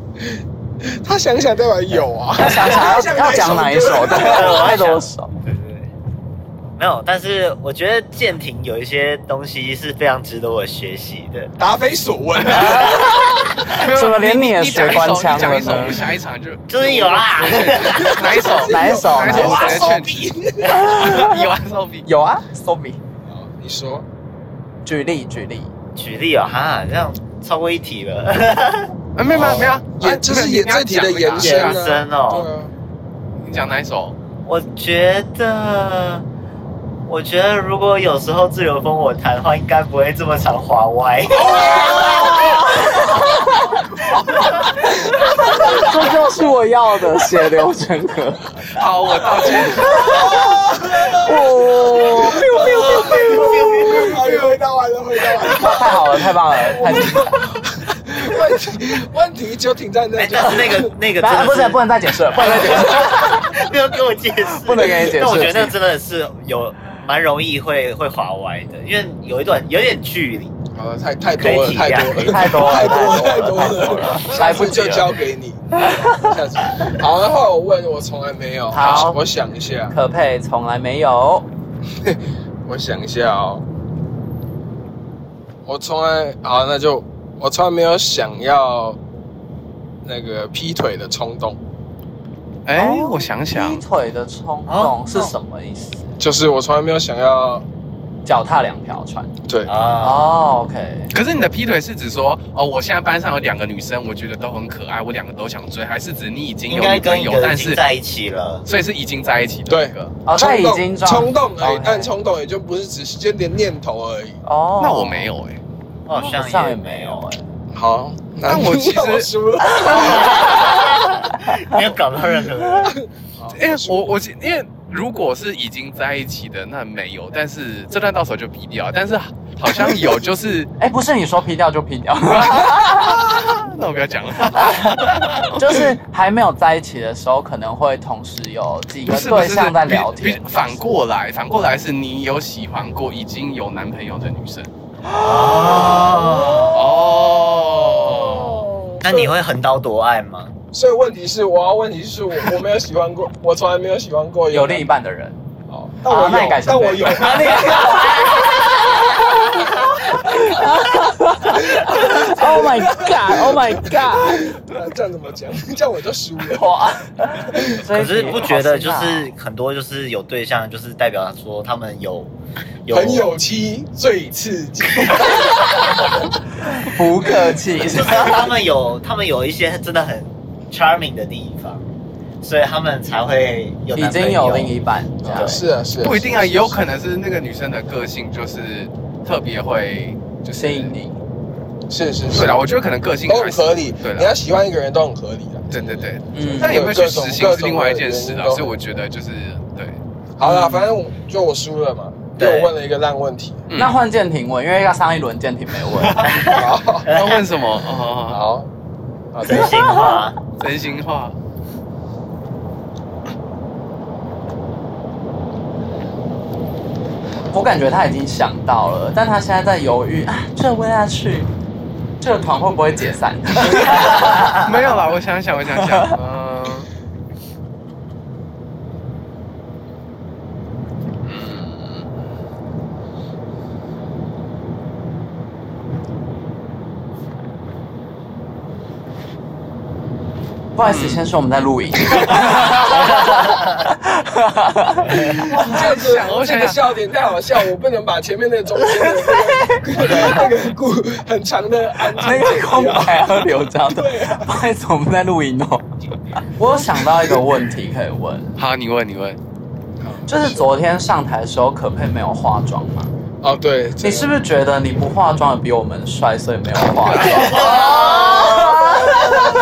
[SPEAKER 1] 他想想代表有啊，
[SPEAKER 2] 要想想要要讲哪一 [laughs] 首？对，太多首。
[SPEAKER 4] 对对对，没有，但是我觉得舰艇有一些东西是非常值得我学习的。
[SPEAKER 1] 答非所问。
[SPEAKER 2] 怎么连你也
[SPEAKER 3] 你讲一
[SPEAKER 2] 学
[SPEAKER 3] 首
[SPEAKER 2] 官腔
[SPEAKER 3] 你讲
[SPEAKER 2] 了
[SPEAKER 3] 一首，
[SPEAKER 2] 呢
[SPEAKER 3] 我？下一场就
[SPEAKER 4] 就是有啦，
[SPEAKER 3] 哪一首？
[SPEAKER 2] 哪一首
[SPEAKER 3] 哪一首？
[SPEAKER 2] 哪
[SPEAKER 1] 哇，
[SPEAKER 3] 直接
[SPEAKER 1] 手
[SPEAKER 3] 劝
[SPEAKER 1] 笔。
[SPEAKER 3] 你有啊，手比
[SPEAKER 2] 有啊，Sobi，
[SPEAKER 1] 好你说，
[SPEAKER 2] 举例举例。
[SPEAKER 4] [laughs] 举例哦，哈，这样超过一题了。
[SPEAKER 3] 啊，没有没有没有啊，
[SPEAKER 1] 也就是也
[SPEAKER 3] 你要
[SPEAKER 1] 这题的
[SPEAKER 3] 讲那个啊
[SPEAKER 1] 延伸
[SPEAKER 4] 延伸
[SPEAKER 1] 啊，
[SPEAKER 4] 哦
[SPEAKER 1] 对啊。
[SPEAKER 3] 你讲哪一首？
[SPEAKER 4] 我觉得，我觉得如果有时候自由风我弹的话，应该不会这么常滑歪。
[SPEAKER 2] 哦这就是我要的血流成河。
[SPEAKER 3] 好，我道歉。
[SPEAKER 2] 哦，
[SPEAKER 1] 好，回答完了，回答完了。
[SPEAKER 2] 太好了，太棒了，太精彩了！
[SPEAKER 1] [laughs] 问题问题就停在那
[SPEAKER 4] [laughs] 哎
[SPEAKER 1] 就
[SPEAKER 4] 但
[SPEAKER 1] 好。
[SPEAKER 4] 是那个那个真
[SPEAKER 2] 来，
[SPEAKER 4] 的
[SPEAKER 2] 不能
[SPEAKER 4] 是
[SPEAKER 2] 不能再解释了，不能再解释了。
[SPEAKER 4] [laughs] 没有给我解释，
[SPEAKER 2] 不能给你解释
[SPEAKER 4] 但我觉得那真的是有蛮容易会会滑歪的，因为有一段有点距离。
[SPEAKER 1] [laughs] 好了，太太多了，
[SPEAKER 4] 可以
[SPEAKER 1] 哦太多了，
[SPEAKER 2] 太多
[SPEAKER 1] [laughs] 太多
[SPEAKER 2] 了
[SPEAKER 1] 了，
[SPEAKER 2] 太
[SPEAKER 1] 太
[SPEAKER 2] 多
[SPEAKER 1] 多
[SPEAKER 2] 了
[SPEAKER 1] 了。
[SPEAKER 2] 来
[SPEAKER 1] 下
[SPEAKER 2] 不
[SPEAKER 1] 次
[SPEAKER 2] 及
[SPEAKER 1] 就
[SPEAKER 2] 了
[SPEAKER 1] 交给
[SPEAKER 4] [laughs]
[SPEAKER 1] 你。下次好，那话我问，我从来没有。
[SPEAKER 2] 好
[SPEAKER 1] 我想一下，
[SPEAKER 2] 可佩从来没有，
[SPEAKER 1] 我想一下哦。我从来好，那就我从来没有想要那个劈腿的冲动，
[SPEAKER 3] 哎，我想想
[SPEAKER 2] 劈，腿的冲
[SPEAKER 4] 哦
[SPEAKER 2] 动是什么意思？
[SPEAKER 1] 就是我从来没有想要
[SPEAKER 2] 脚踏两条船。
[SPEAKER 1] 对。
[SPEAKER 4] 啊，
[SPEAKER 2] 哦，OK，
[SPEAKER 3] 可是你的劈腿是指说，哦，我现在班上有两个女生，我觉得都很可爱，我两个都想追，还是指你已经
[SPEAKER 4] 应
[SPEAKER 3] 有
[SPEAKER 4] 该
[SPEAKER 3] 女
[SPEAKER 4] 跟
[SPEAKER 3] 朋
[SPEAKER 4] 一
[SPEAKER 3] 友
[SPEAKER 4] 个，人
[SPEAKER 3] 但
[SPEAKER 4] 已经
[SPEAKER 3] 是
[SPEAKER 4] 在一起了。
[SPEAKER 3] 所以是已经在一起的
[SPEAKER 1] 对
[SPEAKER 3] 那个？
[SPEAKER 2] 哦，
[SPEAKER 1] 冲
[SPEAKER 2] 这已
[SPEAKER 1] 动
[SPEAKER 2] 经撞
[SPEAKER 1] 冲动而已
[SPEAKER 2] OK
[SPEAKER 1] 但冲动也就不是只是就连念头而已。
[SPEAKER 2] 哦，
[SPEAKER 3] 那我没有哎，
[SPEAKER 4] 好
[SPEAKER 2] 好
[SPEAKER 4] 像
[SPEAKER 2] 像也
[SPEAKER 4] 也
[SPEAKER 2] 没
[SPEAKER 4] 没
[SPEAKER 2] 有
[SPEAKER 4] 有
[SPEAKER 2] 哎、
[SPEAKER 1] 好，那
[SPEAKER 3] 但我其实
[SPEAKER 1] 我
[SPEAKER 2] [laughs]
[SPEAKER 1] 输了。
[SPEAKER 4] 哎没有搞到任
[SPEAKER 2] [laughs]
[SPEAKER 4] 何人。
[SPEAKER 3] 因为我我因为如果是已经在一起的，那没有，但是这段到手就劈掉，但是好像
[SPEAKER 4] [laughs]
[SPEAKER 3] 有，就是
[SPEAKER 2] 哎、不是你说劈掉就劈掉，
[SPEAKER 3] 啊那我不要讲了，
[SPEAKER 4] [laughs]
[SPEAKER 3] [laughs]
[SPEAKER 2] 就是还没有在一起的时候，可能会同时有几
[SPEAKER 3] 不
[SPEAKER 2] 个
[SPEAKER 3] 是不
[SPEAKER 2] 对
[SPEAKER 3] 是
[SPEAKER 2] 象在
[SPEAKER 3] 比
[SPEAKER 2] 聊
[SPEAKER 3] 比
[SPEAKER 2] 天。
[SPEAKER 3] 反过来，反过来是你有喜欢过已经有男朋友的女生
[SPEAKER 4] 哦，
[SPEAKER 3] 哦。
[SPEAKER 4] 那你会横刀夺爱吗？
[SPEAKER 1] 所以问题是，我要问题是我我没有喜欢过，我从来没有喜欢过
[SPEAKER 2] 有另一。半的人，
[SPEAKER 1] 哦，但我
[SPEAKER 2] 好那你
[SPEAKER 1] 有
[SPEAKER 2] 改，成
[SPEAKER 1] 但我
[SPEAKER 2] 对
[SPEAKER 1] 有。
[SPEAKER 2] 啊你 Oh my god! Oh my god!
[SPEAKER 1] [laughs] 那这样怎么讲？这样我就输了。
[SPEAKER 2] [laughs] 哇！可
[SPEAKER 4] 可
[SPEAKER 2] 哎
[SPEAKER 4] 是不觉得
[SPEAKER 2] 啊
[SPEAKER 4] 就是很多就是有对象，就是代表说他们
[SPEAKER 1] [laughs]
[SPEAKER 4] 有有
[SPEAKER 1] 朋友妻最刺
[SPEAKER 2] [laughs]
[SPEAKER 1] 激，
[SPEAKER 2] 不客气，
[SPEAKER 4] 就是他们有他们有一些真的很 charming 的地方，所以他们才会有
[SPEAKER 2] 已
[SPEAKER 4] 男朋友
[SPEAKER 2] 经有另一半这样
[SPEAKER 4] 对。
[SPEAKER 1] 是啊是啊，
[SPEAKER 3] 不一定啊，
[SPEAKER 1] 是
[SPEAKER 3] 也有可能是那个女生的个性就是特别会就
[SPEAKER 2] 吸
[SPEAKER 3] 是
[SPEAKER 2] 引你，
[SPEAKER 1] 是是是
[SPEAKER 3] 对啦，我觉得可能个性
[SPEAKER 1] 都
[SPEAKER 3] 还
[SPEAKER 1] 很
[SPEAKER 3] 是
[SPEAKER 1] 合理。
[SPEAKER 3] 对
[SPEAKER 1] 你要
[SPEAKER 3] 啦，
[SPEAKER 1] 喜欢一个人都很合理的。
[SPEAKER 3] 对对对。
[SPEAKER 2] 嗯，
[SPEAKER 3] 但有没有去实行
[SPEAKER 1] 各种
[SPEAKER 3] 是另外一件
[SPEAKER 1] 各种
[SPEAKER 3] 事
[SPEAKER 1] 的原因
[SPEAKER 3] 啦，
[SPEAKER 1] 都
[SPEAKER 3] 所以我觉得就是对，
[SPEAKER 1] 好了，反正我就我输了嘛，因为
[SPEAKER 4] 对
[SPEAKER 1] 我问了一个烂问题。
[SPEAKER 2] [laughs]
[SPEAKER 3] 嗯
[SPEAKER 2] 那换舰艇问，因为要上一轮舰艇没问。
[SPEAKER 4] [laughs]
[SPEAKER 3] [laughs]
[SPEAKER 1] 好，
[SPEAKER 3] 要问什么？哦，
[SPEAKER 1] 好，好
[SPEAKER 4] 真心话，
[SPEAKER 3] 真心话。
[SPEAKER 2] 我感觉他已经想到了，但他现在在犹豫啊，这问下去，这个团会不会解
[SPEAKER 4] [laughs]
[SPEAKER 3] [laughs]
[SPEAKER 2] 散？ [laughs]
[SPEAKER 3] 没有啦，我想想，我想想，嗯、
[SPEAKER 2] 不好意思，先说我们在录
[SPEAKER 1] [laughs]
[SPEAKER 2] 影。
[SPEAKER 1] 这个
[SPEAKER 3] 我
[SPEAKER 1] 这
[SPEAKER 3] 想
[SPEAKER 1] 个
[SPEAKER 3] 想
[SPEAKER 1] 笑点太好笑，我不能把前面那个中间的那个那个故很长的安静
[SPEAKER 2] 那
[SPEAKER 1] 剪
[SPEAKER 2] 个空
[SPEAKER 1] 掉。
[SPEAKER 2] 白要留着。不好意思，我们在录音哦。我有想到一个问题可以问，
[SPEAKER 3] 好，你问，你问，
[SPEAKER 2] 就是昨天上台的时候，可佩没有化妆吗？
[SPEAKER 1] 哦，对，
[SPEAKER 2] 你是
[SPEAKER 1] 不
[SPEAKER 2] 不是觉得你不化妆也比我们帅，所以没有化妆？
[SPEAKER 1] 是？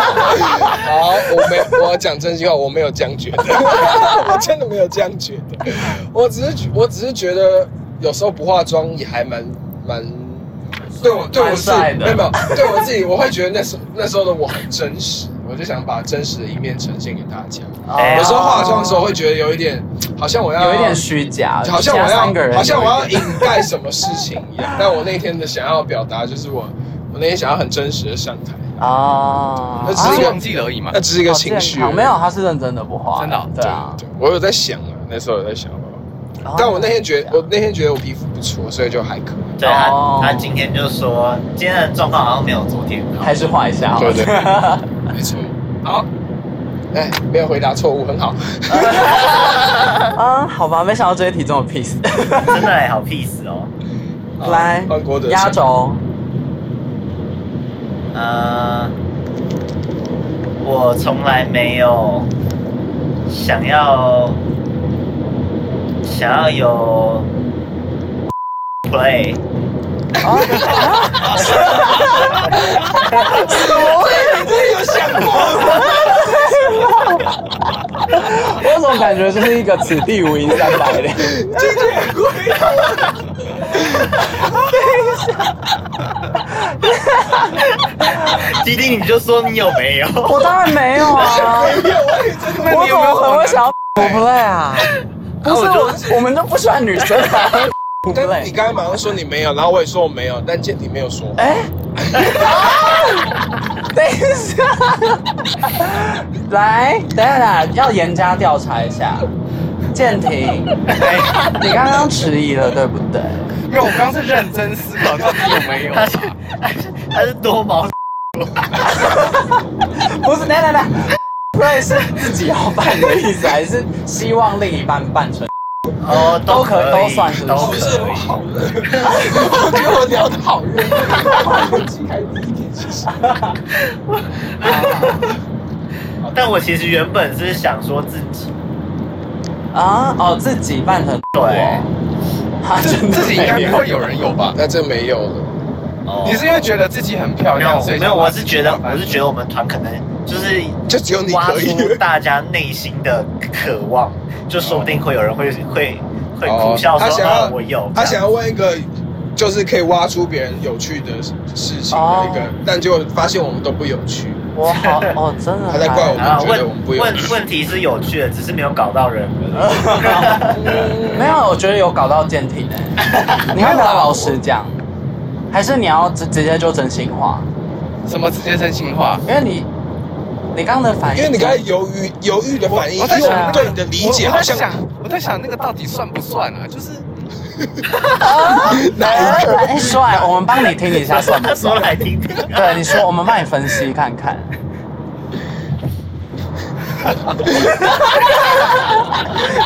[SPEAKER 1] 好，我没，我讲真心话，我没有这样觉得， [laughs] 我真的没有这样觉得。我只是觉我只是觉得有时候不化妆也还蛮蛮。对我对我自己
[SPEAKER 2] 蛮帅的
[SPEAKER 1] 没有没有对我自己，我会觉得那时候那时候的我很真实，我就想把真实的一面呈现给大家。
[SPEAKER 4] 哎
[SPEAKER 1] 有时候化妆的时候会觉得有一点，好像我要
[SPEAKER 2] 有一点虚假，
[SPEAKER 1] 好像
[SPEAKER 2] 啊加
[SPEAKER 1] 我
[SPEAKER 2] 三个
[SPEAKER 1] 要，
[SPEAKER 2] 人，
[SPEAKER 1] 好像我要。掩盖什么事情一
[SPEAKER 2] [laughs]
[SPEAKER 1] 样。但我那天的想要表达就是我，我那天想要很真实的上台，
[SPEAKER 2] 啊，
[SPEAKER 1] 那只
[SPEAKER 3] 只
[SPEAKER 1] 是
[SPEAKER 3] 是
[SPEAKER 1] 个
[SPEAKER 3] 忘记了而已嘛
[SPEAKER 1] [laughs] 那。只是一个
[SPEAKER 2] 好
[SPEAKER 1] 情
[SPEAKER 2] 哦健
[SPEAKER 1] 绪。
[SPEAKER 2] 康没有，他是认真的不化，
[SPEAKER 3] 真的哦
[SPEAKER 2] 对啊。
[SPEAKER 1] 对，我有在想啊，那时候有在想好不好
[SPEAKER 2] 哦
[SPEAKER 1] 但我那天觉得，我那天觉得我皮肤不错，所以就还可以。
[SPEAKER 4] 对他
[SPEAKER 2] 哦，
[SPEAKER 4] 他今天就说今天的状况好像没有昨天好。
[SPEAKER 2] 还是画一下好了，
[SPEAKER 1] 对对没错，
[SPEAKER 3] 好，
[SPEAKER 1] 哎，没有回答错误，很好。
[SPEAKER 2] [laughs] 呃
[SPEAKER 1] [laughs]
[SPEAKER 2] 啊，好吧，没想到这一题这
[SPEAKER 1] [laughs]
[SPEAKER 2] 么 peace。
[SPEAKER 4] 真的欸好 peace 哦。
[SPEAKER 1] 好
[SPEAKER 2] 来
[SPEAKER 1] 啊换郭德，
[SPEAKER 2] 压
[SPEAKER 1] 纲。
[SPEAKER 2] 轴，
[SPEAKER 4] 呃，我从来没有想要想要有 play，
[SPEAKER 2] 啊
[SPEAKER 1] [laughs] 这有想过
[SPEAKER 2] 我怎么感觉就是一个此地无银三百
[SPEAKER 1] [laughs]
[SPEAKER 2] 两？
[SPEAKER 4] 弟弟你就说你有没 [laughs] 有？
[SPEAKER 2] 我当然没有啊，我
[SPEAKER 3] 你
[SPEAKER 2] 怎
[SPEAKER 3] 有没
[SPEAKER 2] 么
[SPEAKER 3] 有
[SPEAKER 2] 可能会想要 play 啊？
[SPEAKER 1] 哎
[SPEAKER 2] 不是
[SPEAKER 4] 啊我
[SPEAKER 2] 我，我们都不喜欢女生啊
[SPEAKER 1] [laughs] 但你
[SPEAKER 2] ，play。
[SPEAKER 1] 刚刚马上说你没有，然后我也说我没有，但简体没有说。
[SPEAKER 2] 哎，
[SPEAKER 1] [laughs]
[SPEAKER 2] 啊等一下，来，等一下，要严加调查一下。建廷，你刚刚迟疑了，对不对？
[SPEAKER 3] 因为我刚刚是认真思考到底有没有
[SPEAKER 4] 他是
[SPEAKER 3] 嘛。
[SPEAKER 4] 他是多毛，
[SPEAKER 2] 不是，来来来，play 是自己要办的意思，还是希望另一半办成？
[SPEAKER 4] 哦，
[SPEAKER 2] 都可
[SPEAKER 4] 可
[SPEAKER 2] 都
[SPEAKER 4] 以
[SPEAKER 2] 算是不
[SPEAKER 4] 都
[SPEAKER 2] 是
[SPEAKER 1] 不
[SPEAKER 4] 可
[SPEAKER 1] 是我
[SPEAKER 4] 以。
[SPEAKER 1] 好了， [laughs] 我觉得我聊的好 [laughs] 热，来不及开第一天其
[SPEAKER 2] [laughs]
[SPEAKER 1] 实。
[SPEAKER 4] 但我其实原本是想说自己，
[SPEAKER 2] 啊，哦，自己办成
[SPEAKER 4] 对，
[SPEAKER 2] 他真的
[SPEAKER 3] [laughs] 自己应该不会有人有吧？
[SPEAKER 1] 那这没有了。
[SPEAKER 4] 哦
[SPEAKER 3] 你是因为觉得自己很漂
[SPEAKER 4] 没有
[SPEAKER 3] 亮，所以
[SPEAKER 4] 没有，
[SPEAKER 3] 想把
[SPEAKER 4] 我
[SPEAKER 3] 自
[SPEAKER 4] 是
[SPEAKER 3] 己
[SPEAKER 4] 觉得
[SPEAKER 3] 打扮
[SPEAKER 4] 我是觉得我们团可能就是
[SPEAKER 1] 就只有你
[SPEAKER 4] 挖
[SPEAKER 1] 可以
[SPEAKER 4] 出大家内心的渴望，就说不定会有人会会会苦
[SPEAKER 1] 哦
[SPEAKER 4] 笑
[SPEAKER 1] 他
[SPEAKER 4] 说
[SPEAKER 1] 想
[SPEAKER 4] 啊
[SPEAKER 1] 要
[SPEAKER 4] 我有，
[SPEAKER 1] 他想要问一个，就是可以挖出别人有趣的事情的一个
[SPEAKER 2] 哦，
[SPEAKER 1] 但结果发现我们都不有趣。
[SPEAKER 2] 我好哦，真的
[SPEAKER 1] 他在怪我们
[SPEAKER 4] 啊
[SPEAKER 1] 觉得我们
[SPEAKER 4] 问
[SPEAKER 1] 不有
[SPEAKER 4] 问
[SPEAKER 1] 趣
[SPEAKER 4] 问题是有趣的，只是没有搞
[SPEAKER 1] [laughs]
[SPEAKER 4] 到人而
[SPEAKER 2] [laughs]
[SPEAKER 4] 已。
[SPEAKER 2] 没有，我觉得有搞到舰艇欸你要不要老实讲？还是你要直直接就真心话？
[SPEAKER 3] 什么直接真心话？
[SPEAKER 2] 因为你你刚刚的反应，
[SPEAKER 1] 因为你刚才犹豫犹豫的反应，
[SPEAKER 3] 我
[SPEAKER 1] 因
[SPEAKER 3] 在
[SPEAKER 1] 为我
[SPEAKER 3] 想
[SPEAKER 1] 们对你的理解
[SPEAKER 3] 我
[SPEAKER 1] 好
[SPEAKER 3] 我在
[SPEAKER 1] 像
[SPEAKER 3] 想，我在想那个到底算不算啊？就是
[SPEAKER 1] [laughs] 哪一个？
[SPEAKER 2] 哎帅，我们帮你听一下算不
[SPEAKER 4] 他说
[SPEAKER 2] 算？
[SPEAKER 4] 来听听，
[SPEAKER 2] 对，你说，我们帮你分析看
[SPEAKER 1] [laughs]
[SPEAKER 2] 看。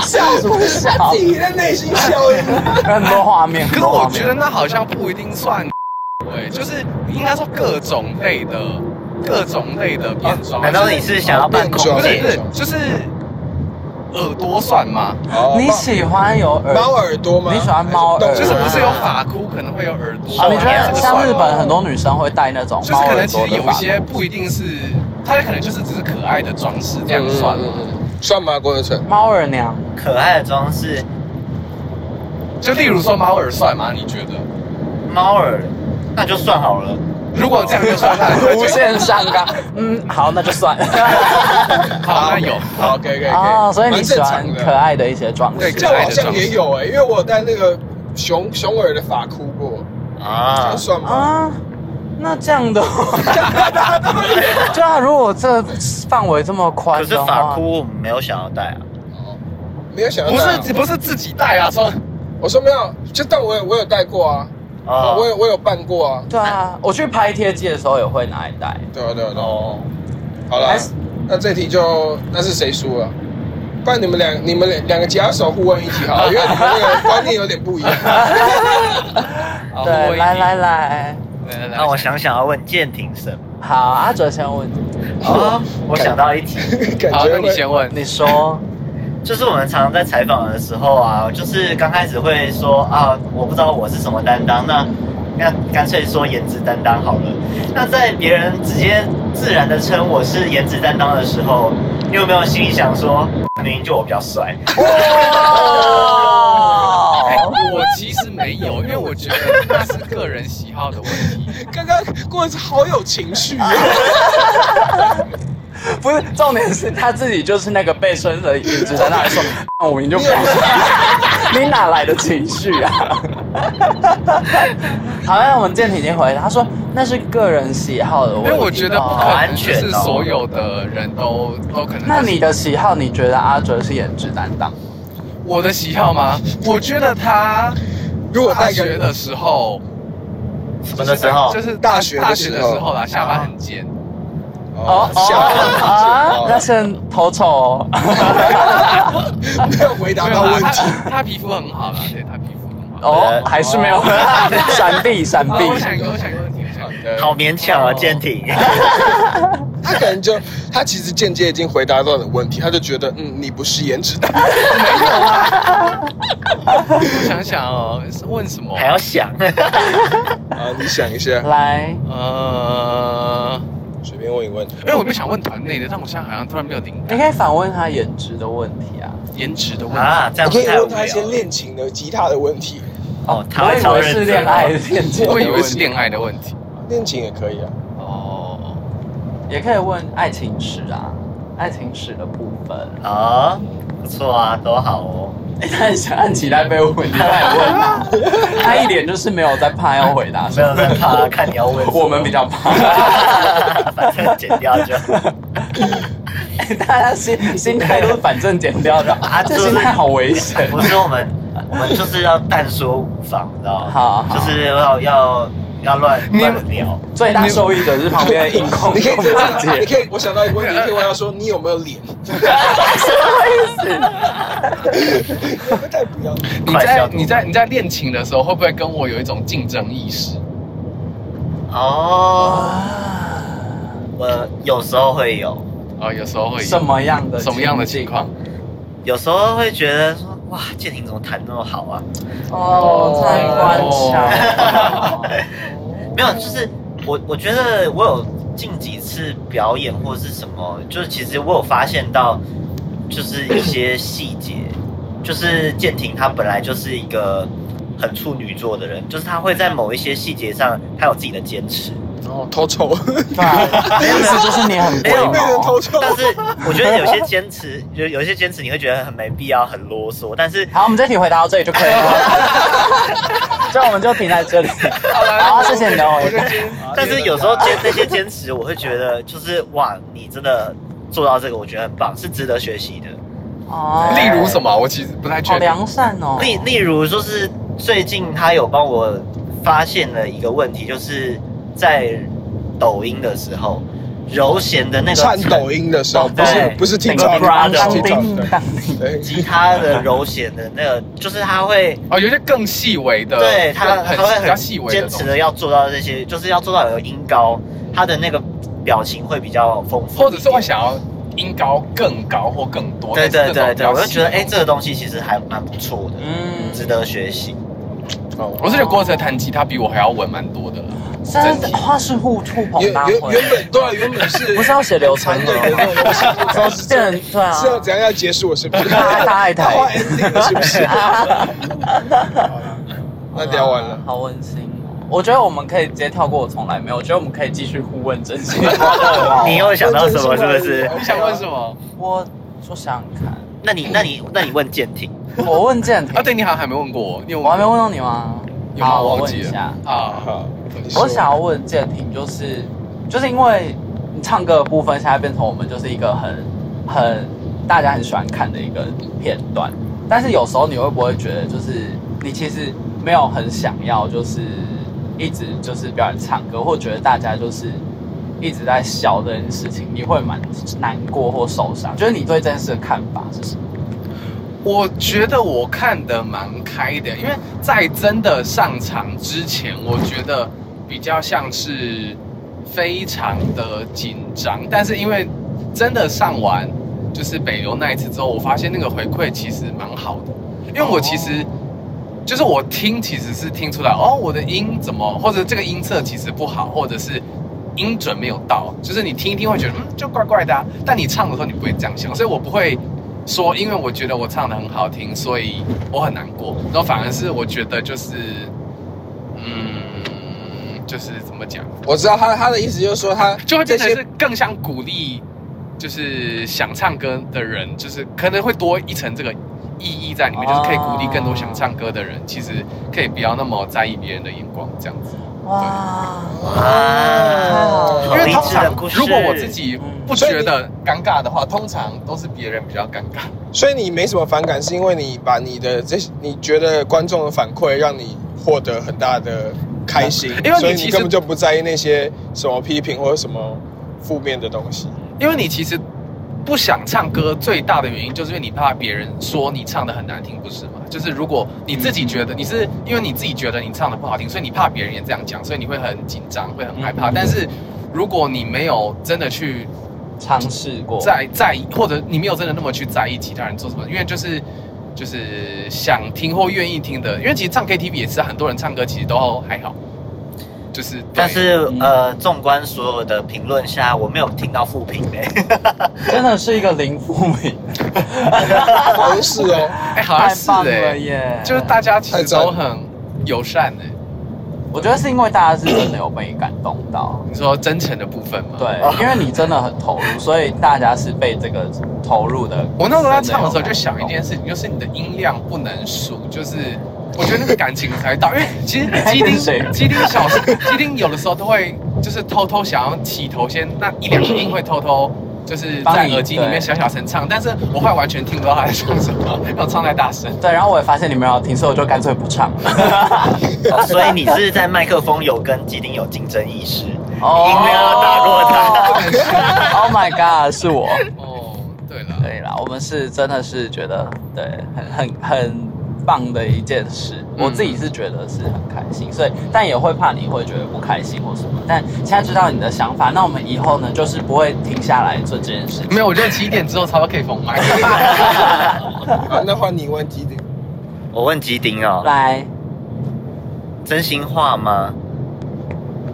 [SPEAKER 2] 笑什么笑
[SPEAKER 1] 自？己在内心笑音。
[SPEAKER 2] 很多画面，很
[SPEAKER 3] 可是
[SPEAKER 2] 多
[SPEAKER 3] 我
[SPEAKER 2] 画
[SPEAKER 3] 觉得
[SPEAKER 2] 面。
[SPEAKER 3] 那好像不一定算，哎，就是应该说各种类的各种类的变装。
[SPEAKER 4] 难道你是想要扮空
[SPEAKER 1] 不
[SPEAKER 3] 不是
[SPEAKER 1] 哦变
[SPEAKER 3] 不
[SPEAKER 4] 姐？
[SPEAKER 1] 装
[SPEAKER 3] 是就是耳朵算吗？
[SPEAKER 1] 哦
[SPEAKER 2] 你喜欢有耳
[SPEAKER 1] 猫耳朵吗？
[SPEAKER 2] 你喜欢猫耳
[SPEAKER 1] 还
[SPEAKER 3] 就是不是有
[SPEAKER 2] 啊
[SPEAKER 3] 发箍，可能会有耳朵。
[SPEAKER 2] 啊？你觉
[SPEAKER 3] 这
[SPEAKER 2] 得像
[SPEAKER 3] 个算
[SPEAKER 2] 日
[SPEAKER 3] 吗
[SPEAKER 2] 本很多女生会戴那种
[SPEAKER 3] 就是
[SPEAKER 2] 猫
[SPEAKER 3] 可
[SPEAKER 2] 耳
[SPEAKER 3] 能其
[SPEAKER 2] 朵
[SPEAKER 3] 实
[SPEAKER 2] 的
[SPEAKER 3] 有
[SPEAKER 2] 发
[SPEAKER 3] 一些不一定是，它可能就是只是可爱的装饰这样算
[SPEAKER 1] 嗯嗯嗯算吗？郭德成，
[SPEAKER 2] 猫耳娘。
[SPEAKER 4] 可爱的装饰，
[SPEAKER 3] 就例如说猫耳算吗？你觉得？
[SPEAKER 4] 猫耳，那就算好了。
[SPEAKER 3] 如果这样就算，那你 [laughs] 会觉得
[SPEAKER 2] 无限上纲，嗯，好，那就
[SPEAKER 3] [laughs]
[SPEAKER 2] 算。
[SPEAKER 3] 好，那有
[SPEAKER 1] 好，可以可以可以。
[SPEAKER 2] 哦，所以你喜
[SPEAKER 1] 蛮
[SPEAKER 2] 欢
[SPEAKER 1] 正常的
[SPEAKER 2] 可爱的一些装饰
[SPEAKER 1] 欸这样我好像也有哎、因为我戴那个熊熊耳的法哭过，
[SPEAKER 4] 啊
[SPEAKER 1] 这，算吗？
[SPEAKER 2] 啊，那这样的
[SPEAKER 3] [laughs]
[SPEAKER 2] 话，对啊，如果这范围这么
[SPEAKER 4] 可
[SPEAKER 1] 啊
[SPEAKER 2] 宽
[SPEAKER 4] 是
[SPEAKER 2] 的
[SPEAKER 4] 法
[SPEAKER 2] 话，
[SPEAKER 4] 箍我们没有想要戴啊。
[SPEAKER 1] 哦没有想到
[SPEAKER 3] 不
[SPEAKER 1] 戴啊，
[SPEAKER 3] 是不是自己戴啊，说
[SPEAKER 1] 我说没有，就但我有我有戴过啊，
[SPEAKER 4] 啊
[SPEAKER 1] 我有我有办过啊，
[SPEAKER 2] 对啊，我去拍贴机的时候也会拿来
[SPEAKER 3] [laughs]
[SPEAKER 2] 戴。
[SPEAKER 1] 对啊对啊对啊。
[SPEAKER 4] 哦，
[SPEAKER 1] 好了
[SPEAKER 2] 还是，
[SPEAKER 1] 那这题就那是谁输了？不然你们两你们两两个假手互问一题
[SPEAKER 3] [laughs]
[SPEAKER 1] 好了，因为你们那个观念有点不一样。
[SPEAKER 3] 好
[SPEAKER 2] 对，来，来来，
[SPEAKER 3] 我一定来来来，
[SPEAKER 4] 那我想想要问舰艇什么？
[SPEAKER 2] 好，阿哲先问，
[SPEAKER 4] 啊，我想到一题，
[SPEAKER 1] 感
[SPEAKER 3] 好，那
[SPEAKER 1] 觉
[SPEAKER 3] 你先
[SPEAKER 1] 会
[SPEAKER 3] 问，
[SPEAKER 2] 你说，
[SPEAKER 4] 就是我们常常在采访的时候啊，就是刚开始会说啊，我不知道我是什么担当，那那干脆说颜值担当好了。那在别人直接自然的称我是颜值担当的时候，你有没有心里想说，明明就我比较帅？
[SPEAKER 3] 哎
[SPEAKER 2] 哦，
[SPEAKER 3] 我其实没有，因为我觉得那是个人喜好的问题。
[SPEAKER 1] 刚刚过得是好有情绪
[SPEAKER 3] [laughs]
[SPEAKER 1] 啊！
[SPEAKER 2] [laughs] 不是，重点是他自己就是那个被生的影子，在那里说， [laughs] 那我明就不是，你哪来的情绪啊？ [laughs] 好，那我们健体已经回答，他说那是个人喜好的问
[SPEAKER 3] 因
[SPEAKER 2] 题，
[SPEAKER 3] 为我觉得不
[SPEAKER 2] 哦
[SPEAKER 3] 可
[SPEAKER 4] 安
[SPEAKER 3] 能就
[SPEAKER 4] 全
[SPEAKER 3] 是
[SPEAKER 4] 哦
[SPEAKER 3] 所有的人都都可能。
[SPEAKER 2] 那你的喜好，你觉得阿哲是颜值担当？
[SPEAKER 3] 我的喜好吗？我觉得他
[SPEAKER 1] 如果
[SPEAKER 3] 大
[SPEAKER 1] 戴个
[SPEAKER 3] 学的时候，
[SPEAKER 4] 什么的
[SPEAKER 1] [laughs]
[SPEAKER 4] 时候？
[SPEAKER 3] 就是
[SPEAKER 1] 大学
[SPEAKER 3] 大
[SPEAKER 1] 的
[SPEAKER 3] 学
[SPEAKER 1] 时候
[SPEAKER 3] 的时候啦，下巴很尖。
[SPEAKER 1] 哦，
[SPEAKER 2] 啊，那
[SPEAKER 1] 笑
[SPEAKER 2] 是头丑
[SPEAKER 3] [laughs]
[SPEAKER 2] 哦。
[SPEAKER 1] 话， [laughs] 没有回答
[SPEAKER 3] 哦
[SPEAKER 1] 到
[SPEAKER 3] 没有啦
[SPEAKER 1] 问题。
[SPEAKER 3] 他他皮肤很好啦，对他皮肤很好。
[SPEAKER 2] 哦，还是没有闪避闪
[SPEAKER 3] 啊
[SPEAKER 2] 避。
[SPEAKER 3] 呃我想一个，我想一个问题，我想一个。
[SPEAKER 4] 好勉强啊，舰艇。
[SPEAKER 1] [laughs] 哦他可能就他其实间接已经回答到你的问题，他就觉得嗯，你不是颜值担当，
[SPEAKER 3] 我想想哦，是问什么？
[SPEAKER 4] 还要想， [laughs]
[SPEAKER 1] 啊，你想一下，
[SPEAKER 2] 来，
[SPEAKER 3] 呃，
[SPEAKER 1] 随便问一问。
[SPEAKER 3] [laughs] 因为我不想问团内的，但我现在好像突然没有灵
[SPEAKER 2] 你
[SPEAKER 3] 感。
[SPEAKER 2] 可以反问他颜值的问题啊。
[SPEAKER 3] 颜值的问题，
[SPEAKER 4] 啊，这样
[SPEAKER 1] 你可
[SPEAKER 4] 子
[SPEAKER 1] 以
[SPEAKER 4] 太无
[SPEAKER 1] 问
[SPEAKER 4] 聊
[SPEAKER 1] 他一些
[SPEAKER 4] 了。
[SPEAKER 1] 恋情的、吉他的问题，
[SPEAKER 4] 哦，他
[SPEAKER 2] 我
[SPEAKER 4] 会
[SPEAKER 2] 以
[SPEAKER 4] 超
[SPEAKER 2] 为
[SPEAKER 4] 认
[SPEAKER 2] 是
[SPEAKER 4] 真
[SPEAKER 2] 恋爱的恋情， [laughs]
[SPEAKER 3] 我以为是恋爱的问题。
[SPEAKER 1] 恋情也可以啊。
[SPEAKER 3] 哦，
[SPEAKER 2] 也可以问爱情史啊，爱情史的部 [laughs] 分。
[SPEAKER 4] 啊，不错啊，多好哦。
[SPEAKER 2] 哎他很想按起来被问，他也问啊，他一脸就是没有在怕要回 [laughs] 答
[SPEAKER 4] 没
[SPEAKER 2] 什
[SPEAKER 4] 有
[SPEAKER 2] 么。
[SPEAKER 4] 在怕，看你要问
[SPEAKER 1] [laughs]
[SPEAKER 4] 什么。
[SPEAKER 2] 我们比较 [laughs] 怕，
[SPEAKER 4] [laughs] 反正剪掉就好。
[SPEAKER 2] 哎大家心心态都是反正减掉的啊，这心态好危 [laughs] 险。
[SPEAKER 4] 不是我们，我们就是要淡说无妨，你知道吗？
[SPEAKER 2] 好好
[SPEAKER 4] 就是要要要乱
[SPEAKER 3] 你
[SPEAKER 4] 乱聊。
[SPEAKER 2] 最大受益者是旁边的硬控，
[SPEAKER 1] 哦你可以 [laughs]
[SPEAKER 2] 我们
[SPEAKER 1] 这
[SPEAKER 2] 自
[SPEAKER 1] 样，你
[SPEAKER 3] [laughs]
[SPEAKER 2] 己
[SPEAKER 1] 可以，我想到一个问题，你可以问他说：“你有没有 [laughs] 脸
[SPEAKER 2] 什么意思？？”
[SPEAKER 1] [laughs] 太不要脸
[SPEAKER 3] 你
[SPEAKER 4] 快消
[SPEAKER 3] 在
[SPEAKER 4] 毒
[SPEAKER 3] 你在你在恋情的时候，会不会跟我有一种竞争意识？
[SPEAKER 4] 哦，我有时候会有，
[SPEAKER 3] 哦，有时候会有
[SPEAKER 2] 什么样的
[SPEAKER 3] 什么样的情况？
[SPEAKER 4] 哦有时候会觉得说，哇，建廷怎么弹那么好啊？
[SPEAKER 2] 哦，太官腔了。
[SPEAKER 4] [laughs] 没有，就是我我觉得我有近几次表演或是什么，就是其实我有发现到，就是一些细节，就是建廷他本来就是一个很处女座的人，就是他会在某一些细节上，他有自己的坚持。
[SPEAKER 1] 哦，偷臭，
[SPEAKER 2] [laughs] 对啊，意思就是你很龟
[SPEAKER 4] 没有
[SPEAKER 1] 被人
[SPEAKER 2] 毛啊
[SPEAKER 1] 偷。臭。
[SPEAKER 4] 但是我觉得有些坚持，有有些坚持你会觉得很没必要，很啰嗦。但是
[SPEAKER 2] 好，我们这题回答到这里就可以了。这样我们就停在这里。好，谢谢你的回答。
[SPEAKER 4] 但是有时候坚那些坚持，我会觉得就是哇，你真的做到这个，我觉得很棒，是值得学习的。
[SPEAKER 2] 哦
[SPEAKER 3] 例如什么？我其实不太
[SPEAKER 2] 好
[SPEAKER 3] 确定。
[SPEAKER 2] 良善哦。
[SPEAKER 4] 例例如就是最近他有帮我发现了一个问题，就是在抖音的时候，柔弦 [laughs] 的那个
[SPEAKER 1] 看抖音的时候，不是
[SPEAKER 4] 对
[SPEAKER 1] 不是
[SPEAKER 2] 那
[SPEAKER 1] 听
[SPEAKER 2] 个
[SPEAKER 1] 到
[SPEAKER 2] 当
[SPEAKER 1] 的，
[SPEAKER 2] 当
[SPEAKER 1] 听
[SPEAKER 2] 叮
[SPEAKER 1] 到
[SPEAKER 2] 当，
[SPEAKER 4] [laughs]
[SPEAKER 1] 对，
[SPEAKER 4] 吉他的柔弦的那个， [laughs] 就是他会。
[SPEAKER 3] 哦，有些更细微的，
[SPEAKER 4] 对他，
[SPEAKER 3] 更很
[SPEAKER 4] 他会
[SPEAKER 3] 比较
[SPEAKER 4] 很
[SPEAKER 3] 细微
[SPEAKER 4] 坚
[SPEAKER 3] 东西
[SPEAKER 4] 持的要做到这些，就是要做到有个音高，他的那个表情会比较丰富一点，
[SPEAKER 3] 或者是会想要音高更高或更多。
[SPEAKER 4] 对对对对，
[SPEAKER 3] 但
[SPEAKER 4] 我就是觉得哎、
[SPEAKER 3] 这
[SPEAKER 4] 这个
[SPEAKER 3] 种比较细的东西
[SPEAKER 4] 东西其实还蛮不错的，
[SPEAKER 2] 嗯
[SPEAKER 4] 值得学
[SPEAKER 3] [laughs]
[SPEAKER 4] 习。
[SPEAKER 3] 我是觉得郭哲弹吉他比我还要稳蛮多的了。
[SPEAKER 2] 真的话是互触
[SPEAKER 1] 原
[SPEAKER 2] 捧大
[SPEAKER 1] 原
[SPEAKER 2] 会
[SPEAKER 1] 原，本对啊，原本是 [laughs]
[SPEAKER 2] [laughs] 不是要写流程
[SPEAKER 1] 残
[SPEAKER 2] 吗
[SPEAKER 1] 忍的那种东西，不知道是
[SPEAKER 2] 这人对啊。
[SPEAKER 1] 是要怎样要结束了是
[SPEAKER 2] [laughs]
[SPEAKER 1] 不是？
[SPEAKER 2] 大大爱台
[SPEAKER 1] 要画 ending 了是不是？那聊完了，
[SPEAKER 2] 好温馨哦。我觉得我们可以直接跳过，我从来没有。我觉得我们可以继续互问真心
[SPEAKER 3] 啊
[SPEAKER 2] 话。
[SPEAKER 4] [laughs] 你又想到什么？是不是？
[SPEAKER 3] 你想问什么？
[SPEAKER 2] 我，我想看。
[SPEAKER 4] 那你那你那你问舰艇，
[SPEAKER 2] 我问建廷
[SPEAKER 3] 啊，，对，你好像还没问过我，你有
[SPEAKER 2] 我还没
[SPEAKER 3] 过
[SPEAKER 2] 问到你吗？
[SPEAKER 3] 有吗
[SPEAKER 2] 好，我
[SPEAKER 3] 忘
[SPEAKER 2] 问
[SPEAKER 3] 记
[SPEAKER 2] 一
[SPEAKER 3] 了
[SPEAKER 2] 下。
[SPEAKER 3] 啊？
[SPEAKER 1] 好，你说
[SPEAKER 2] 我想要问建廷，就是就是因为你唱歌的部分，现在变成我们就是一个很很大家很喜欢看的一个片段。但是有时候你会不会觉得，就是你其实没有很想要，就是一直就是表演唱歌，或觉得大家就是一直在笑这件事情，你会蛮难过或受伤。就是你对这件事的看法是什么？
[SPEAKER 3] 我觉得我看的蛮开的，因为在真的上场之前，我觉得比较像是非常的紧张，但是因为真的上完就是北流那一次之后，我发现那个回馈其实蛮好的，因为我其实。就是我听，其实是听出来哦，我的音怎么，或者这个音色其实不好，或者是音准没有到，就是你听一听会觉得嗯，就怪怪的、啊。但你唱的时候你不会这样想，所以我不会说，因为我觉得我唱的很好听，所以我很难过。然后反而是我觉得就是，嗯，就是怎么讲，
[SPEAKER 1] 我知道他他的意思就是说他
[SPEAKER 3] 就会
[SPEAKER 1] 这
[SPEAKER 3] 变成
[SPEAKER 1] 些
[SPEAKER 3] 是更像鼓励，就是想唱歌的人，就是可能会多一层这个意义在里面，就是可以鼓励更多想唱歌的人，其实可以不要那么在意别人的眼光这样子。
[SPEAKER 2] 哇，
[SPEAKER 1] 哦
[SPEAKER 3] 因为
[SPEAKER 4] 呃
[SPEAKER 3] 通
[SPEAKER 4] 好励志的
[SPEAKER 3] 常
[SPEAKER 4] 故事
[SPEAKER 3] 如果我自己不觉
[SPEAKER 1] 嗯
[SPEAKER 3] 得尴尬的话，通常都是别人比较尴尬。
[SPEAKER 1] 所以你没什么反感，是因为你把你的这些你觉得观众的反馈让你获得很大的开心，
[SPEAKER 3] 啊因为你
[SPEAKER 1] 所以
[SPEAKER 3] 其
[SPEAKER 1] 你
[SPEAKER 3] 实
[SPEAKER 1] 根本就不在意那些什么批评或者什么负面的东西。
[SPEAKER 3] 因为你其实不想唱歌，最大的原因就是因为你怕别人说你唱的很难听，不是吗？就是如果你自己觉得
[SPEAKER 4] 嗯
[SPEAKER 3] 你是因为你自己觉得你唱的不好听，所以你怕别人也这样讲，所以你会很紧张，会很害怕。
[SPEAKER 2] 嗯
[SPEAKER 3] 但是如果你没有真的去
[SPEAKER 2] 尝试过，
[SPEAKER 3] 在在意，或者你没有真的那么去在意其他人做什么，因为就是就是想听或愿意听的，因为其实唱 KTV 也是很多人唱歌其实都还好，就是
[SPEAKER 4] 但
[SPEAKER 3] 对
[SPEAKER 4] 是
[SPEAKER 2] 嗯
[SPEAKER 4] 呃，纵观所有的评论下，我没有听到负评
[SPEAKER 2] [laughs]
[SPEAKER 4] 欸的。
[SPEAKER 2] 真的是一个零负
[SPEAKER 3] [laughs]
[SPEAKER 2] 评，
[SPEAKER 1] 好像是哦，
[SPEAKER 3] 哎、好像
[SPEAKER 2] 太
[SPEAKER 3] 是
[SPEAKER 2] 棒
[SPEAKER 3] 哎、
[SPEAKER 2] 了耶！
[SPEAKER 3] 就是大家其
[SPEAKER 1] 太
[SPEAKER 3] 实
[SPEAKER 1] 赞
[SPEAKER 3] 都
[SPEAKER 1] 了
[SPEAKER 3] 很友善哎、
[SPEAKER 2] 我觉得是因为大家是真的有被感动到，
[SPEAKER 3] 你说真诚的部分吗？
[SPEAKER 2] 对，因为你真的很投入，所以大家是被这个投入的。
[SPEAKER 3] 我那时候在唱的时候就想一件事情，就是你的音量不能输，就是我觉得那个感情才到，因为其实基
[SPEAKER 2] 谁
[SPEAKER 3] 丁基丁小时基丁有的时候都会就是偷偷想要起头先那一两个音会偷偷。就是
[SPEAKER 2] 帮
[SPEAKER 3] 在
[SPEAKER 2] 你
[SPEAKER 3] 耳机里面
[SPEAKER 2] 对
[SPEAKER 3] 小小声唱，但是我会完全听不到他在唱什么，然后唱太大声。
[SPEAKER 2] 对，然后我也发现你们要听，所以我就干脆不
[SPEAKER 3] [laughs]
[SPEAKER 2] 唱了。
[SPEAKER 4] 哦所以你是在麦克风有跟吉丁有竞争意识，
[SPEAKER 2] 哦
[SPEAKER 4] 音量要大过
[SPEAKER 2] [laughs]
[SPEAKER 4] 他。
[SPEAKER 2] Oh my god，是我。
[SPEAKER 3] 哦，对了，
[SPEAKER 2] 对啦，我们是真的是觉得对，很很很棒的一件事。
[SPEAKER 3] 嗯
[SPEAKER 2] 我自己是觉得是很开心，所以但也会怕你会觉得不开心或什么。但现在知道你的想法，那我们以后呢，就是不会停下来做这件事情。
[SPEAKER 3] 没有，我觉得七点之后差不多可以封麦。
[SPEAKER 1] 啊那换你问题的，
[SPEAKER 4] [laughs] 我问吉丁哦，
[SPEAKER 2] 来，
[SPEAKER 4] 真心话吗？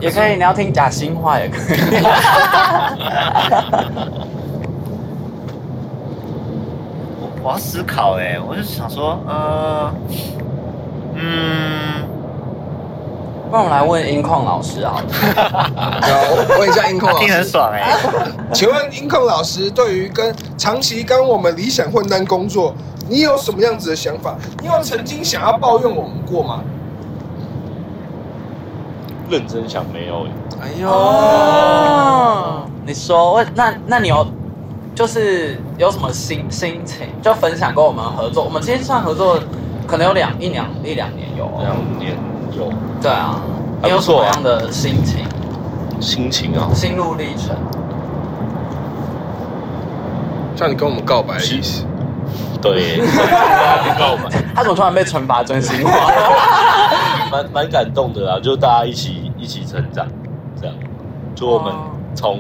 [SPEAKER 2] 也可以，你要听假心话也可以。 [laughs]
[SPEAKER 4] 我我要思考哎、我就想说，呃，嗯，
[SPEAKER 2] 不然我们来问音控老师啊。
[SPEAKER 1] 好，问一下音控啊老
[SPEAKER 4] 他听很
[SPEAKER 1] 师，
[SPEAKER 4] 爽哎、
[SPEAKER 1] 请问音控老师对于跟长期跟我们理想混蛋工作，你有什么样子的想法？你有曾经想要抱怨我们过吗？
[SPEAKER 5] [laughs] 认真想没有哎、
[SPEAKER 1] 哎
[SPEAKER 2] 哦，你说，我那那你有就是有什么心心情，就分享跟我们合作？我们其实算合作，可能有两一两一两年有、哦。
[SPEAKER 5] 两年有
[SPEAKER 2] 对啊，你
[SPEAKER 5] 还
[SPEAKER 2] 有
[SPEAKER 5] 不
[SPEAKER 2] 什么
[SPEAKER 5] 错啊
[SPEAKER 2] 样的心情、
[SPEAKER 5] 心情啊，
[SPEAKER 2] 心路历程？
[SPEAKER 1] 像你跟我们告白的意思。
[SPEAKER 5] [laughs] 对，不告白。
[SPEAKER 2] [laughs] 他怎么突然被惩罚真
[SPEAKER 5] [laughs]
[SPEAKER 2] 心话？
[SPEAKER 5] 蛮蛮感动的啦，就大家一起一起成长，这样。就我们
[SPEAKER 2] 哦
[SPEAKER 5] 从，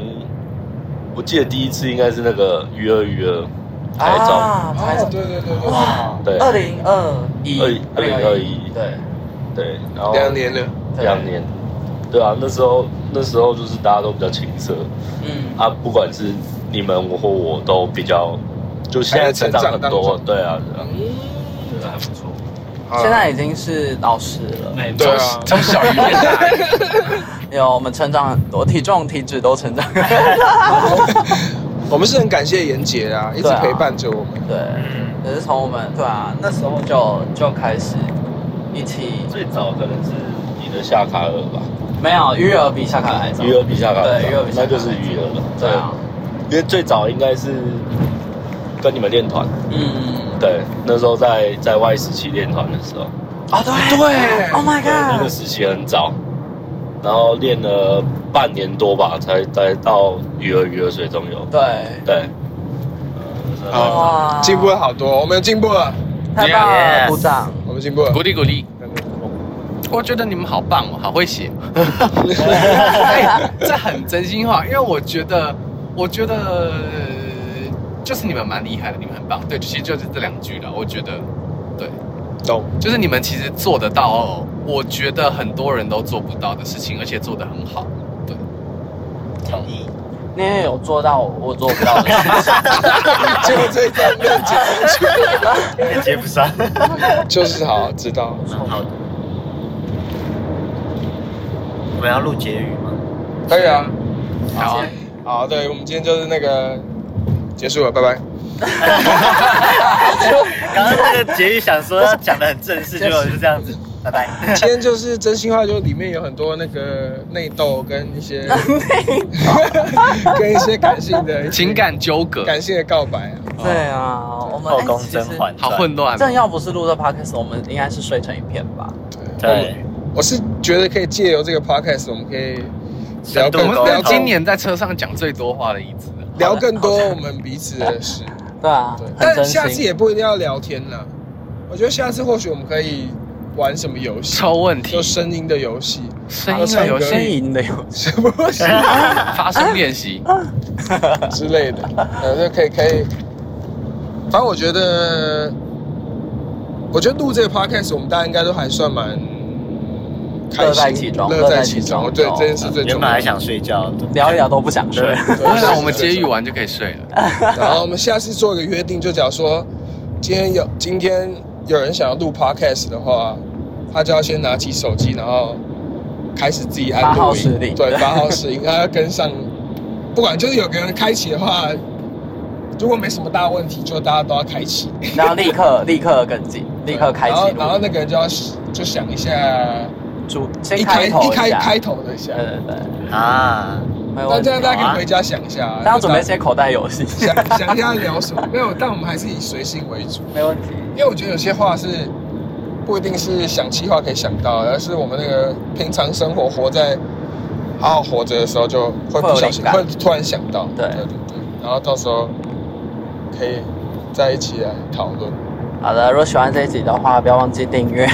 [SPEAKER 5] 我记得第一次应该是那个鱼儿鱼儿拍照，
[SPEAKER 2] 啊拍照
[SPEAKER 1] 哦，对对对对，
[SPEAKER 2] 哇，
[SPEAKER 5] 对
[SPEAKER 2] 二零二一，
[SPEAKER 5] 二2021
[SPEAKER 2] 对，
[SPEAKER 5] 对，然后
[SPEAKER 1] 两年了，
[SPEAKER 2] 对
[SPEAKER 5] 两，年，对啊，那时候那时候就是大家都比较青涩
[SPEAKER 2] 嗯，
[SPEAKER 5] 啊，不管是你们我或我都比较，就现
[SPEAKER 1] 还在
[SPEAKER 5] 在
[SPEAKER 1] 成长
[SPEAKER 5] 成长很多
[SPEAKER 1] 当，中
[SPEAKER 5] 对啊，对啊，
[SPEAKER 1] 嗯，
[SPEAKER 5] 还不错。
[SPEAKER 2] 现在已经是老师了，
[SPEAKER 4] 哎
[SPEAKER 5] 没
[SPEAKER 1] 对啊，
[SPEAKER 3] 从
[SPEAKER 4] [laughs]
[SPEAKER 3] 小鱼变大鱼，
[SPEAKER 2] 有哎我们成长很多，体重、体脂都
[SPEAKER 4] [laughs]
[SPEAKER 2] 成长。
[SPEAKER 1] 我们是很感谢妍姐啊，一直
[SPEAKER 2] 对啊
[SPEAKER 1] 陪伴着我们。
[SPEAKER 2] 对，
[SPEAKER 4] 嗯，
[SPEAKER 2] 也是从我们对啊那时候就就开始一起，
[SPEAKER 5] 最早可能是你的夏卡尔吧，
[SPEAKER 2] 没有鱼儿比夏卡还早，
[SPEAKER 5] 鱼儿比夏卡尔早，
[SPEAKER 2] 对鱼儿比夏卡
[SPEAKER 5] 那
[SPEAKER 2] 尔
[SPEAKER 5] 就是鱼儿了。
[SPEAKER 2] 对啊，
[SPEAKER 5] 因为最早应该是跟你们练团，
[SPEAKER 2] 嗯
[SPEAKER 5] 对，那时候在在 Y 时期练团的时候，
[SPEAKER 2] 啊对
[SPEAKER 1] 哦对
[SPEAKER 2] ，Oh my
[SPEAKER 5] 对那个
[SPEAKER 2] god，
[SPEAKER 5] 时期很早，然后练了半年多吧，才才到鱼儿鱼儿水中游。
[SPEAKER 2] 对，
[SPEAKER 5] 对，呃
[SPEAKER 1] 好
[SPEAKER 2] 哇，
[SPEAKER 1] 进步了好多，我们进步了，
[SPEAKER 2] 太棒了，
[SPEAKER 4] Yes
[SPEAKER 2] 鼓掌。
[SPEAKER 1] 我们进步了
[SPEAKER 3] 鼓。励鼓励。我觉得你们好棒哦，好会写。哎，这很真心话，因为我觉得，我觉得呃就是你们蛮厉害的，你们很棒。对，其实就是这两句了。我觉得，对，
[SPEAKER 1] [laughs] 懂，
[SPEAKER 3] 就是你们其实做得到，我觉得很多人都做不到的事情，而且做得很好。对，
[SPEAKER 4] 同
[SPEAKER 2] [laughs]
[SPEAKER 4] 意。
[SPEAKER 2] 你也有做到我做不到的事
[SPEAKER 4] [laughs]
[SPEAKER 2] 情， [laughs]
[SPEAKER 1] 结果这一段没有讲进
[SPEAKER 4] 也哎接不上，
[SPEAKER 1] 去，就是好知道。
[SPEAKER 4] 蛮好的。我们要录结语吗？
[SPEAKER 1] 可以啊，
[SPEAKER 3] 好啊，
[SPEAKER 1] 好，对，我们今天就是那个结束了，拜
[SPEAKER 3] [laughs]
[SPEAKER 1] 拜。
[SPEAKER 4] [laughs] 刚刚那个结语想说要讲的很正式，结果就这样子，拜拜。
[SPEAKER 1] 今天就是真心话，就里面有很多那个内斗跟一
[SPEAKER 3] [laughs]
[SPEAKER 1] 些跟一些感性的一些
[SPEAKER 3] 情感纠葛，
[SPEAKER 1] 感性的告白啊。
[SPEAKER 2] [laughs] 对啊，我们
[SPEAKER 4] 后宫甄。
[SPEAKER 2] 哎
[SPEAKER 4] 嬛
[SPEAKER 3] 好
[SPEAKER 4] 传，
[SPEAKER 3] 混乱啊
[SPEAKER 2] 其实。正要不是录这 podcast，我们应该是睡成一片吧？
[SPEAKER 4] 对，
[SPEAKER 1] 我是觉得可以借由这个 podcast，我们可以聊
[SPEAKER 4] 深度
[SPEAKER 1] 更
[SPEAKER 3] 我们
[SPEAKER 4] 沟
[SPEAKER 3] 是
[SPEAKER 1] 聊
[SPEAKER 3] 今
[SPEAKER 1] 更
[SPEAKER 3] 年在车上讲最多话的一次了。
[SPEAKER 1] 聊更多我们彼此的事。
[SPEAKER 2] 对啊，
[SPEAKER 1] 对
[SPEAKER 2] 很，
[SPEAKER 1] 但
[SPEAKER 2] 真
[SPEAKER 1] 下次
[SPEAKER 2] 心。
[SPEAKER 1] 也不一定要聊天了。我觉得下次或许我们可以玩什么游戏，
[SPEAKER 3] 抽问题
[SPEAKER 1] 就，声音的游戏，
[SPEAKER 3] 声音的游
[SPEAKER 1] 好像可
[SPEAKER 3] 戏，
[SPEAKER 1] 以啊
[SPEAKER 2] 赢的游戏，
[SPEAKER 1] 什么游戏
[SPEAKER 3] 发声练习。
[SPEAKER 1] 之类
[SPEAKER 2] [laughs]
[SPEAKER 1] 的，呃，就可以可以。反正我觉得，我觉得录这个 podcast，我们大家应该都还算蛮开
[SPEAKER 2] 乐在
[SPEAKER 1] 心
[SPEAKER 2] 其中
[SPEAKER 1] 乐在其中。
[SPEAKER 2] 乐在其中嗯
[SPEAKER 1] 对，这件事最
[SPEAKER 4] 原
[SPEAKER 1] 重
[SPEAKER 4] 本还
[SPEAKER 1] 要。
[SPEAKER 4] 想睡觉的，
[SPEAKER 2] [laughs] 聊一聊都不想睡
[SPEAKER 4] 对。
[SPEAKER 1] 对
[SPEAKER 3] 不会啊啦，我们结语完就可以睡了。
[SPEAKER 1] 然后我们下次做一个约定，就假如说今天有今天有人想要录 podcast 的话，他就要先拿起手机，然后开始自己按
[SPEAKER 2] 发号
[SPEAKER 1] 录
[SPEAKER 2] 施
[SPEAKER 1] 音，
[SPEAKER 2] 令
[SPEAKER 1] 对，发号施令，他要跟上。不管就是有个人开启的话，如果没什么大问题，就大家都要开启，
[SPEAKER 2] 然后立刻立刻跟进，立刻开
[SPEAKER 1] 然
[SPEAKER 2] 启
[SPEAKER 1] 后
[SPEAKER 2] 录，
[SPEAKER 1] 然后那个人就要就想一下，
[SPEAKER 2] 主
[SPEAKER 1] 一
[SPEAKER 2] 先
[SPEAKER 1] 开
[SPEAKER 2] 开头
[SPEAKER 1] 一开
[SPEAKER 2] 下
[SPEAKER 1] 开头的一下呃
[SPEAKER 2] 对，对对，
[SPEAKER 4] 啊，
[SPEAKER 2] 没有
[SPEAKER 1] 那
[SPEAKER 2] 问
[SPEAKER 1] 这
[SPEAKER 2] 题
[SPEAKER 1] 样。大家可以回家想一下，
[SPEAKER 2] 大家准备一些口袋游戏，
[SPEAKER 1] 想想一下聊什么，没有，但我们还是以随性为主。
[SPEAKER 2] [laughs] 没问题。
[SPEAKER 1] 因为我觉得有些话是不一定是想气话可以想到的，而是我们那个平常生活活在好好活着的时候，就会不小心
[SPEAKER 2] 会有灵感
[SPEAKER 1] 会突然想到，
[SPEAKER 2] 对
[SPEAKER 1] 对对，然后到时候可以在一起来讨论。
[SPEAKER 2] 好的，如果喜欢这一集的话，不要忘记订
[SPEAKER 3] [laughs]
[SPEAKER 2] 阅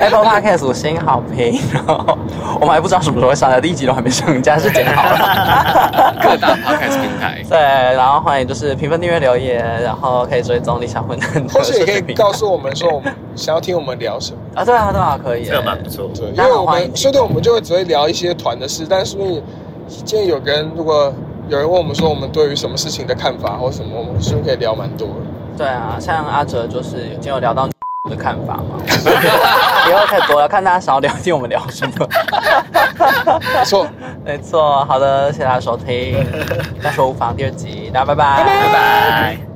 [SPEAKER 2] Apple Podcast 五星好评。然后我们还不知道什么时候会上架，第一集都还没上架，是剪好了。
[SPEAKER 3] 各大 podcast 平台，
[SPEAKER 2] [laughs] 对，然后欢迎就是评分、订阅、留言，然后可以追踪理想混蛋的
[SPEAKER 1] 或许
[SPEAKER 2] 社
[SPEAKER 1] 也
[SPEAKER 2] 群
[SPEAKER 1] 可
[SPEAKER 2] 平台。
[SPEAKER 1] 以告诉我们说，我们想要听我们聊什么。
[SPEAKER 2] 啊，对啊，对啊，可以耶。
[SPEAKER 4] 这个蛮不错。
[SPEAKER 1] 对，因
[SPEAKER 2] 那
[SPEAKER 1] 为
[SPEAKER 2] 好
[SPEAKER 1] 我
[SPEAKER 2] 欢迎
[SPEAKER 1] 们
[SPEAKER 2] 你
[SPEAKER 1] 说不定我们就会只会聊一些团的事，但是你今天有个人如果有人问我们说我们对于什么事情的看法或什么，我们是不是可以聊蛮多的？
[SPEAKER 2] 对啊，像阿哲就是有今天有
[SPEAKER 3] [laughs]
[SPEAKER 2] 聊到的看法嘛， [laughs] 以后可以多聊，看大家想要聊天我们聊什么。
[SPEAKER 1] 不错。
[SPEAKER 2] 没
[SPEAKER 1] [laughs]
[SPEAKER 2] 错，好的，谢谢大家收听《但是我无妨》第二集，大家拜拜
[SPEAKER 4] 拜拜。